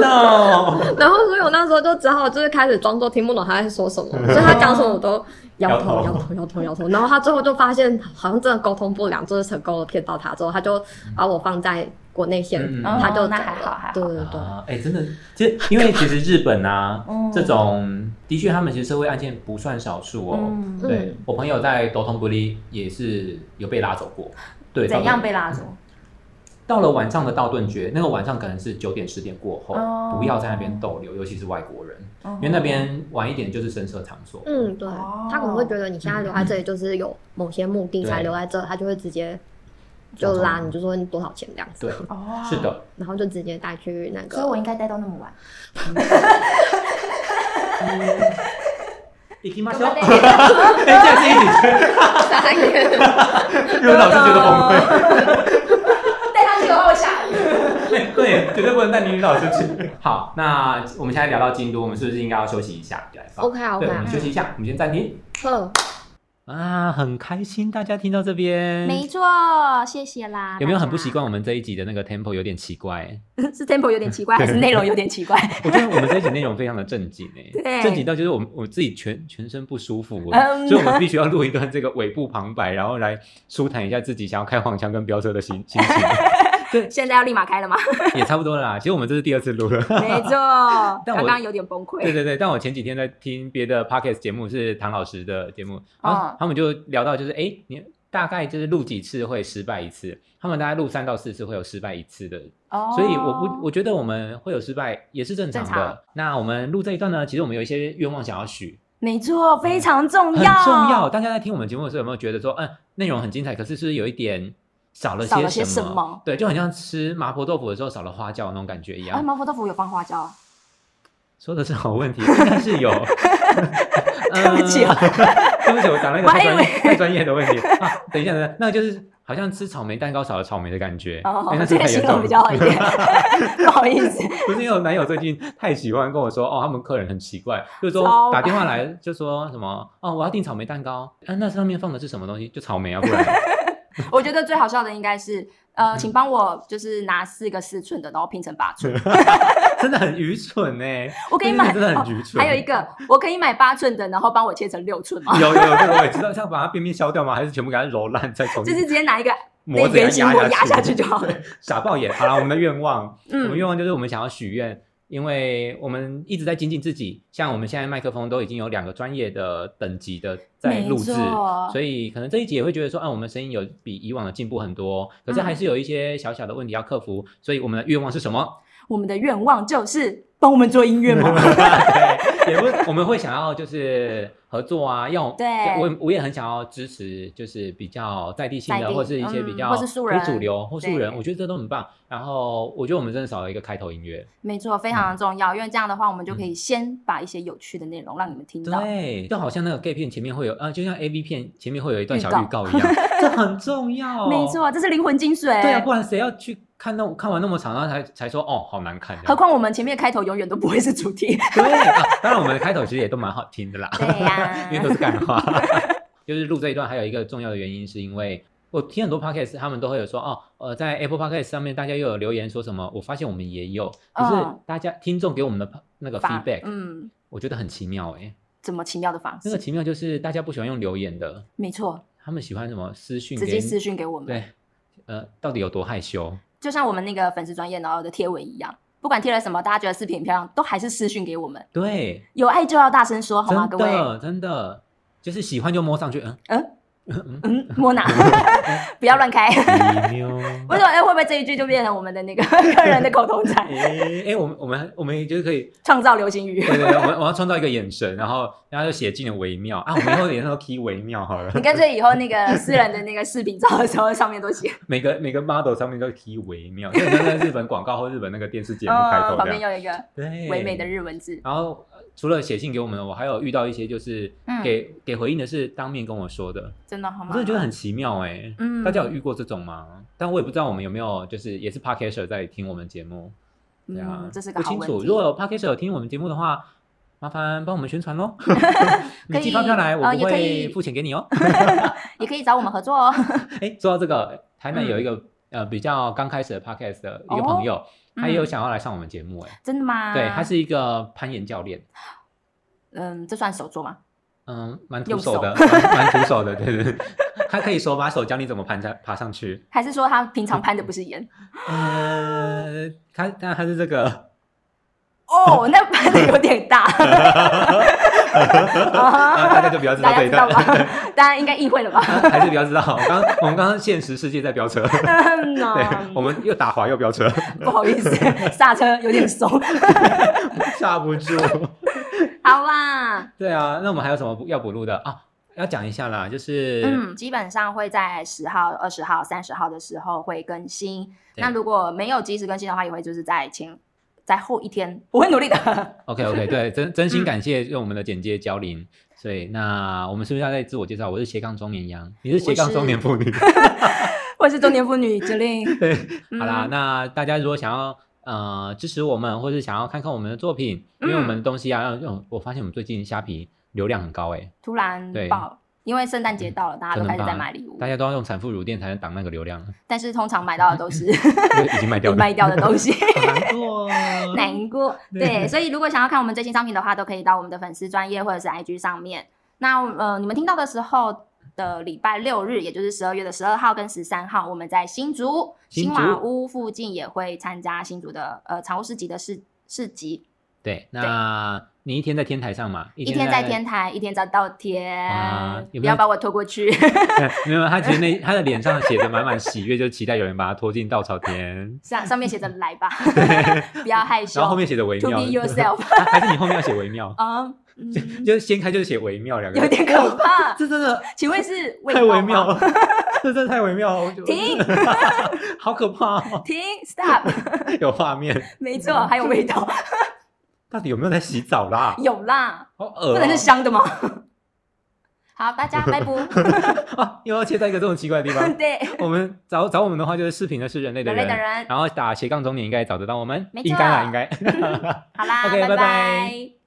[SPEAKER 1] ！No，
[SPEAKER 2] 然后，所以我那时候就只好就是开始装作听不懂他在 说什么，所以他讲什么我都摇头、
[SPEAKER 1] 摇
[SPEAKER 2] 摇头、摇头、摇头。然后他最后就发现好像真的沟通不良，就是成功的骗到他之后，他就把我放在国内线，
[SPEAKER 1] 嗯
[SPEAKER 2] 他就
[SPEAKER 3] 哦
[SPEAKER 2] 走
[SPEAKER 3] 那还好
[SPEAKER 2] 了
[SPEAKER 3] 还好
[SPEAKER 2] 对对对。
[SPEAKER 1] 啊，哎、真的，其实因为其实日本啊，
[SPEAKER 3] 嗯
[SPEAKER 1] 这种的确他们其实社会案件不算少数哦。
[SPEAKER 3] 嗯，
[SPEAKER 1] 对、
[SPEAKER 2] 嗯
[SPEAKER 1] 我朋友在多通不利也是有被拉走过，对，
[SPEAKER 3] 怎样
[SPEAKER 1] 到了？
[SPEAKER 3] 被拉走？
[SPEAKER 1] 到了晚上的道顿崛，那个晚上可能是九点十点过后，
[SPEAKER 3] 哦
[SPEAKER 1] 不要在那边逗留，尤其是外国人，
[SPEAKER 3] 因
[SPEAKER 1] 因为那边晚一点就是深色场所。
[SPEAKER 2] 嗯，对
[SPEAKER 3] 哦，
[SPEAKER 2] 他可能会觉得你现在留在这里就是有某些目的才
[SPEAKER 1] 对
[SPEAKER 2] 留在这，他就会直接就拉你，就说你多少钱这样子
[SPEAKER 1] 对，，
[SPEAKER 3] 哦
[SPEAKER 1] 是，的，
[SPEAKER 2] 然后就直接带去那
[SPEAKER 3] 所以我
[SPEAKER 2] 个。
[SPEAKER 3] 应该待到那么 晚。
[SPEAKER 1] 行き ましょう。 哎，这样是一起去， 日本老师 觉得崩溃。
[SPEAKER 3] 带他去的话会下雨。
[SPEAKER 1] 对对，绝对不能带女老师去。 好，那我们现在聊到京都，我们是不是应该要休息一下？来放
[SPEAKER 2] OK 啊
[SPEAKER 1] 对，
[SPEAKER 2] ，OK
[SPEAKER 1] 我
[SPEAKER 2] 啊
[SPEAKER 1] 们，休息一下，我们先暂停。
[SPEAKER 2] 呵，
[SPEAKER 1] 啊，很开心大家听到这
[SPEAKER 3] 嗯
[SPEAKER 1] 边，
[SPEAKER 3] 错，谢谢啦
[SPEAKER 1] 有没有很不习？惯我们这一集的那个 tempo 有点奇怪？
[SPEAKER 3] 是 tempo 有点 奇怪，还是内容有点奇怪？
[SPEAKER 1] 我觉得我们这一集内容非常的正经诶，
[SPEAKER 3] 对
[SPEAKER 1] 正经到就是我们我自己全全身不舒服，
[SPEAKER 3] 嗯
[SPEAKER 1] 所以我们必须要录一段这个尾部旁白，然后来舒坦一下自己想要开黄腔跟飙车的心 心情，
[SPEAKER 3] 现在要立马开了 吗？
[SPEAKER 1] 也差不多了啦。其实我们这是第二次录 了。
[SPEAKER 3] 没错，
[SPEAKER 1] 但我
[SPEAKER 3] 刚刚有点崩
[SPEAKER 1] 对
[SPEAKER 3] 溃。
[SPEAKER 1] 对对，但我前几天在听别的 podcast 节目，是唐老师的节目，然后
[SPEAKER 3] 嗯
[SPEAKER 1] 他们就聊到就是，哎、你大概就是录几次会失败一次，他们大概录三到四次会有失败一次的，
[SPEAKER 3] 哦
[SPEAKER 1] 所以我不我觉得我们会有失败也是正常的。
[SPEAKER 3] 正常
[SPEAKER 1] 那我们录这一段呢，其实我们有一些愿望想要许，
[SPEAKER 3] 没错，非常重
[SPEAKER 1] 很
[SPEAKER 3] 要，
[SPEAKER 1] 重要。大家在听我们节目的时候，有没有觉得说，嗯，内容很精彩，可是是不是有一点少了
[SPEAKER 3] 少了
[SPEAKER 1] 些
[SPEAKER 3] 些什么
[SPEAKER 1] 对，就很像吃麻婆豆腐的时候少了花椒那种感觉一样。
[SPEAKER 3] 哎，麻婆豆腐有放花椒啊？
[SPEAKER 1] 说的是好问题，应该是 有。对
[SPEAKER 3] 不 起啊
[SPEAKER 1] 对不起，我讲了一个
[SPEAKER 3] 我还
[SPEAKER 1] 太专
[SPEAKER 3] 以
[SPEAKER 1] 业、 太专业的问题啊。等一下，等一下，那个就是好像吃草莓蛋糕少了草莓的感觉，
[SPEAKER 3] 哦
[SPEAKER 1] 哎，那是
[SPEAKER 3] 这个
[SPEAKER 1] 太
[SPEAKER 3] 形
[SPEAKER 1] 严
[SPEAKER 3] 容
[SPEAKER 1] 重
[SPEAKER 3] 比较
[SPEAKER 1] 了。
[SPEAKER 3] 好 一点， 不好意思。
[SPEAKER 1] 不是因为我男友最近太喜欢跟我说，哦，他们客人很奇怪，就是
[SPEAKER 3] 糟
[SPEAKER 1] 说
[SPEAKER 3] 糕
[SPEAKER 1] 打电话来就说什么，哦，我要订草莓蛋糕，啊，那上面放的是什么东西？就草莓啊，不然
[SPEAKER 3] 我觉得最好笑的应该是，呃，请帮我就是拿四个四寸的，然后拼成八寸。
[SPEAKER 1] 真的很愚蠢呢。
[SPEAKER 3] 我可以
[SPEAKER 1] 这
[SPEAKER 3] 买，
[SPEAKER 1] 真的
[SPEAKER 3] 哦
[SPEAKER 1] 很愚蠢。
[SPEAKER 3] 还有一个，我可以买八寸的，然后帮我切成六 寸吗？
[SPEAKER 1] 有有这个我也知道，是要把它边边削掉吗？还是全部给它揉烂再重
[SPEAKER 3] 就
[SPEAKER 1] 新
[SPEAKER 3] 是直接拿一个
[SPEAKER 1] 磨
[SPEAKER 3] 那
[SPEAKER 1] 子给
[SPEAKER 3] 圆
[SPEAKER 1] 它
[SPEAKER 3] 形我压
[SPEAKER 1] 压
[SPEAKER 3] 下去就好了
[SPEAKER 1] 对傻爆眼。好了，我们的愿 望，
[SPEAKER 3] 嗯
[SPEAKER 1] 我们愿望就是我们想要许愿，因为我们一直在精进自己，像我们现在麦克风都已经有两个专业的等级的在录制
[SPEAKER 3] 没错，
[SPEAKER 1] 所以可能这一集也会觉得说，啊，我们声音有比以往的进步很多，可
[SPEAKER 3] 嗯
[SPEAKER 1] 是还是有一些小小的问题要克服，所以我们的愿望是什么？
[SPEAKER 3] 我们 的愿望就是帮我们做音乐嘛。
[SPEAKER 1] 对，也不，我们会想要就是合作啊，要
[SPEAKER 3] 对
[SPEAKER 1] 我我也很想要支持，就是比较在地性
[SPEAKER 3] 在
[SPEAKER 1] 的，
[SPEAKER 3] 地
[SPEAKER 1] 或是一些
[SPEAKER 3] 嗯
[SPEAKER 1] 比较
[SPEAKER 3] 或是素人
[SPEAKER 1] 非主流或素人，
[SPEAKER 3] 对
[SPEAKER 1] 我觉得这都很棒。然后我觉得我们真的少了一个开头音乐，
[SPEAKER 3] 没错，非常重要，因为这样的话，我们就可以先把一些有趣的内容让你们听到。
[SPEAKER 1] 嗯对，就好像那个 gay 片前面会有，呃，就像 A V 片前面会有一段小
[SPEAKER 3] 预
[SPEAKER 1] 预告一样，这很重要。
[SPEAKER 3] 没，错，这是灵魂精髓。
[SPEAKER 1] 哦对啊，不然谁要去看那看完那么长，然后才才说哦，好难看。这样
[SPEAKER 3] 何况我们前面的开头永远都不会是主 题。
[SPEAKER 1] 对啊，当然我们的开头其实也都蛮好听的啦，
[SPEAKER 3] 对呀
[SPEAKER 1] 因为都是干 话。就是录这一段还有一个重要的原因，是因为我听很多 podcast，他们都会有说哦，呃，在 Apple podcast 上面大家又有留言说什么，我发现我们也有，可是
[SPEAKER 3] 嗯
[SPEAKER 1] 大家听众给我们的那个
[SPEAKER 3] 发
[SPEAKER 1] feedback，、
[SPEAKER 3] 嗯，
[SPEAKER 1] 我觉得很奇妙哎、
[SPEAKER 3] 怎么奇妙的方
[SPEAKER 1] 那个
[SPEAKER 3] 式？
[SPEAKER 1] 奇妙就是大家不喜欢用留言的，
[SPEAKER 3] 没错，
[SPEAKER 1] 他们喜欢什么私讯
[SPEAKER 3] 直
[SPEAKER 1] 给
[SPEAKER 3] 接私讯给我们，
[SPEAKER 1] 对，呃，到底有多害羞？
[SPEAKER 3] 就像我们那个粉丝专业然后的贴文一样，不管贴了什么，大家觉得视频很漂亮，都还是私讯给我们。
[SPEAKER 1] 对，
[SPEAKER 3] 有爱就要大声说，好吗，
[SPEAKER 1] 真
[SPEAKER 3] 各位？
[SPEAKER 1] 的真的就是喜欢就摸上去， 嗯
[SPEAKER 3] 嗯
[SPEAKER 1] 嗯
[SPEAKER 3] 嗯，摸 哪？不要乱开。
[SPEAKER 1] 嗯，奇妙。
[SPEAKER 3] 为什么？哎，会不会这一句就变成我们的那个 个人的口头禅？
[SPEAKER 1] 哎、欸，我们我们我们就是可以，
[SPEAKER 3] 创造流行语
[SPEAKER 1] 对。对对，我们我要创造一个眼神，然后然后就写进了微妙啊，我们以后脸上都 key 微妙好了
[SPEAKER 3] 你，干脆以后那个私人的那个视频照的时候，上面都写，
[SPEAKER 1] 每个每个 model 上面都 key 微妙，就像在日本广告或日本那个电视节目开头
[SPEAKER 3] 哦旁
[SPEAKER 1] 这
[SPEAKER 3] 边
[SPEAKER 1] 样，
[SPEAKER 3] 有一个
[SPEAKER 1] 对，
[SPEAKER 3] 唯美的。日文字。
[SPEAKER 1] 然后呃除了写信给我们的，我还有遇到一些就是
[SPEAKER 3] 嗯
[SPEAKER 1] 给、给回应的是当面跟我说的，
[SPEAKER 3] 真的好
[SPEAKER 1] 我
[SPEAKER 3] 吗？
[SPEAKER 1] 真的觉得很奇妙哎、
[SPEAKER 3] 嗯
[SPEAKER 1] 大家有遇过这种吗？但我也不知道我们有没有，就是也是 podcaster 在听我们节目，对啊，
[SPEAKER 3] 嗯，这是个
[SPEAKER 1] 不
[SPEAKER 3] 好
[SPEAKER 1] 清哦
[SPEAKER 3] 问
[SPEAKER 1] 楚。
[SPEAKER 3] 题。
[SPEAKER 1] 如果有 podcaster 有听我们节目的话，麻烦帮我们宣传 喽。
[SPEAKER 3] 可
[SPEAKER 1] 你
[SPEAKER 3] 以
[SPEAKER 1] 寄发票来，我
[SPEAKER 3] 呃
[SPEAKER 1] 不
[SPEAKER 3] 也可
[SPEAKER 1] 会
[SPEAKER 3] 以
[SPEAKER 1] 付钱给你哦。
[SPEAKER 3] 也可以找我们合作哦。
[SPEAKER 1] 哎，说到这个，台南有一个呃比较刚开始的 podcast 的一个
[SPEAKER 3] 嗯哦
[SPEAKER 1] 朋友，他也有
[SPEAKER 3] 嗯啊
[SPEAKER 1] 想要来上我们节目，哎，
[SPEAKER 3] 真的吗？
[SPEAKER 1] 对，他是一个攀岩教练，
[SPEAKER 3] 嗯，这算手作吗？
[SPEAKER 1] 嗯，蛮徒
[SPEAKER 3] 用
[SPEAKER 1] 手
[SPEAKER 3] 手
[SPEAKER 1] 的，蛮蛮徒手的，对对 对。他可以手把手教你怎么攀上爬上去。
[SPEAKER 3] 还是说他平
[SPEAKER 1] 嗯
[SPEAKER 3] 常攀的不是岩？
[SPEAKER 1] 呃，他但他是这个，
[SPEAKER 3] 哦，那攀的有点大。
[SPEAKER 1] 啊大家就不要知道
[SPEAKER 3] 大
[SPEAKER 1] 这
[SPEAKER 3] 家
[SPEAKER 1] 一
[SPEAKER 3] 知道
[SPEAKER 1] 段，
[SPEAKER 3] 吧？大家应该意会了吧？
[SPEAKER 1] 还是不要知道。我刚我们刚刚现实世界在飙车，
[SPEAKER 3] 嗯
[SPEAKER 1] 对
[SPEAKER 3] 呐，
[SPEAKER 1] 我们又打滑又飙车。
[SPEAKER 3] 不好意思，刹车有点松。
[SPEAKER 1] 刹不住。
[SPEAKER 3] 好啦，
[SPEAKER 1] 对啊，那我们还有什么不要补录的啊？要讲一下啦，就是、
[SPEAKER 3] 嗯，基本上会在十号、二十号、三十号的时候会更新。
[SPEAKER 1] 对
[SPEAKER 3] 那如果没有及时更新的话，也会就是在前在后一天，我会努力的。
[SPEAKER 1] OK OK，对，真真心感谢用我们的简介交林。所以，那我们是不是要再自我介绍？我是斜杠中年羊，你是斜杠中年妇 女。
[SPEAKER 3] 我是中年妇女指 令。
[SPEAKER 1] 对，
[SPEAKER 3] 嗯
[SPEAKER 1] 好啦，那大家如果想要呃支持我们，或是想要看看我们的作品，
[SPEAKER 3] 嗯
[SPEAKER 1] 因为我们东西啊，要用我发现我们最近虾皮流量很高哎、
[SPEAKER 3] 突然
[SPEAKER 1] 对嗯
[SPEAKER 3] 爆，因为圣诞节到了，大家都
[SPEAKER 1] 真的
[SPEAKER 3] 开始
[SPEAKER 1] 很
[SPEAKER 3] 在
[SPEAKER 1] 棒
[SPEAKER 3] 买礼物
[SPEAKER 1] 大，家都要用产妇乳垫才能挡那个流 量，
[SPEAKER 3] 但是通常买到的都是
[SPEAKER 1] 就已经卖掉了，
[SPEAKER 3] 被卖掉的东 西。
[SPEAKER 1] 好难过哦
[SPEAKER 3] 难过，对，所以如果想要看我们最新商品的话，都可以到我们的粉丝专业或者是 IG 上面。那呃，你们听到的时候的礼拜六日，也就是十二月的十二号跟十三号，我们在新竹
[SPEAKER 1] 新
[SPEAKER 3] 新
[SPEAKER 1] 竹
[SPEAKER 3] 瓦屋附近也会参加新竹的呃藏屋市集的市市集，
[SPEAKER 1] 对，那你一天在天台上嘛，一
[SPEAKER 3] 一天在天台，一天在稻
[SPEAKER 1] 哇
[SPEAKER 3] 田，
[SPEAKER 1] 有没有
[SPEAKER 3] 不要把我拖过去。
[SPEAKER 1] 没有，他其实那他的脸上写着满满喜悦，就期待有人把他拖进稻草田。
[SPEAKER 3] 上上面写着来 吧，不要害羞。
[SPEAKER 1] 然后后面写着微
[SPEAKER 3] to
[SPEAKER 1] 妙
[SPEAKER 3] be yourself，
[SPEAKER 1] 啊还是你后面要写微妙，
[SPEAKER 3] 嗯，嗯
[SPEAKER 1] 就是掀开就是写微妙两个
[SPEAKER 3] 有
[SPEAKER 1] 字，哦
[SPEAKER 3] 点可怕。
[SPEAKER 1] 这真的
[SPEAKER 3] 请问是味
[SPEAKER 1] 太
[SPEAKER 3] 道
[SPEAKER 1] 微
[SPEAKER 3] 吗
[SPEAKER 1] 妙了，这真的太微妙了，我就
[SPEAKER 3] 停，
[SPEAKER 1] 好可怕哦，
[SPEAKER 3] 停，stop，
[SPEAKER 1] 有画面，
[SPEAKER 3] 没错，还有味道，
[SPEAKER 1] 到底有没有在洗澡啦？
[SPEAKER 3] 有啦，
[SPEAKER 1] 好恶
[SPEAKER 3] 不能是
[SPEAKER 1] 哦
[SPEAKER 3] 香的吗？ 好，大家拜拜。，
[SPEAKER 1] 啊！又要切在一个这么奇怪的地方
[SPEAKER 3] 对，
[SPEAKER 1] 我们找找我们的话就是视频的是人类的
[SPEAKER 3] 人类的人
[SPEAKER 1] 然后打斜杠中年应该找得到我们，
[SPEAKER 3] 没错
[SPEAKER 1] 应该啦，应该。
[SPEAKER 3] 好啦，
[SPEAKER 1] OK，拜拜
[SPEAKER 3] 拜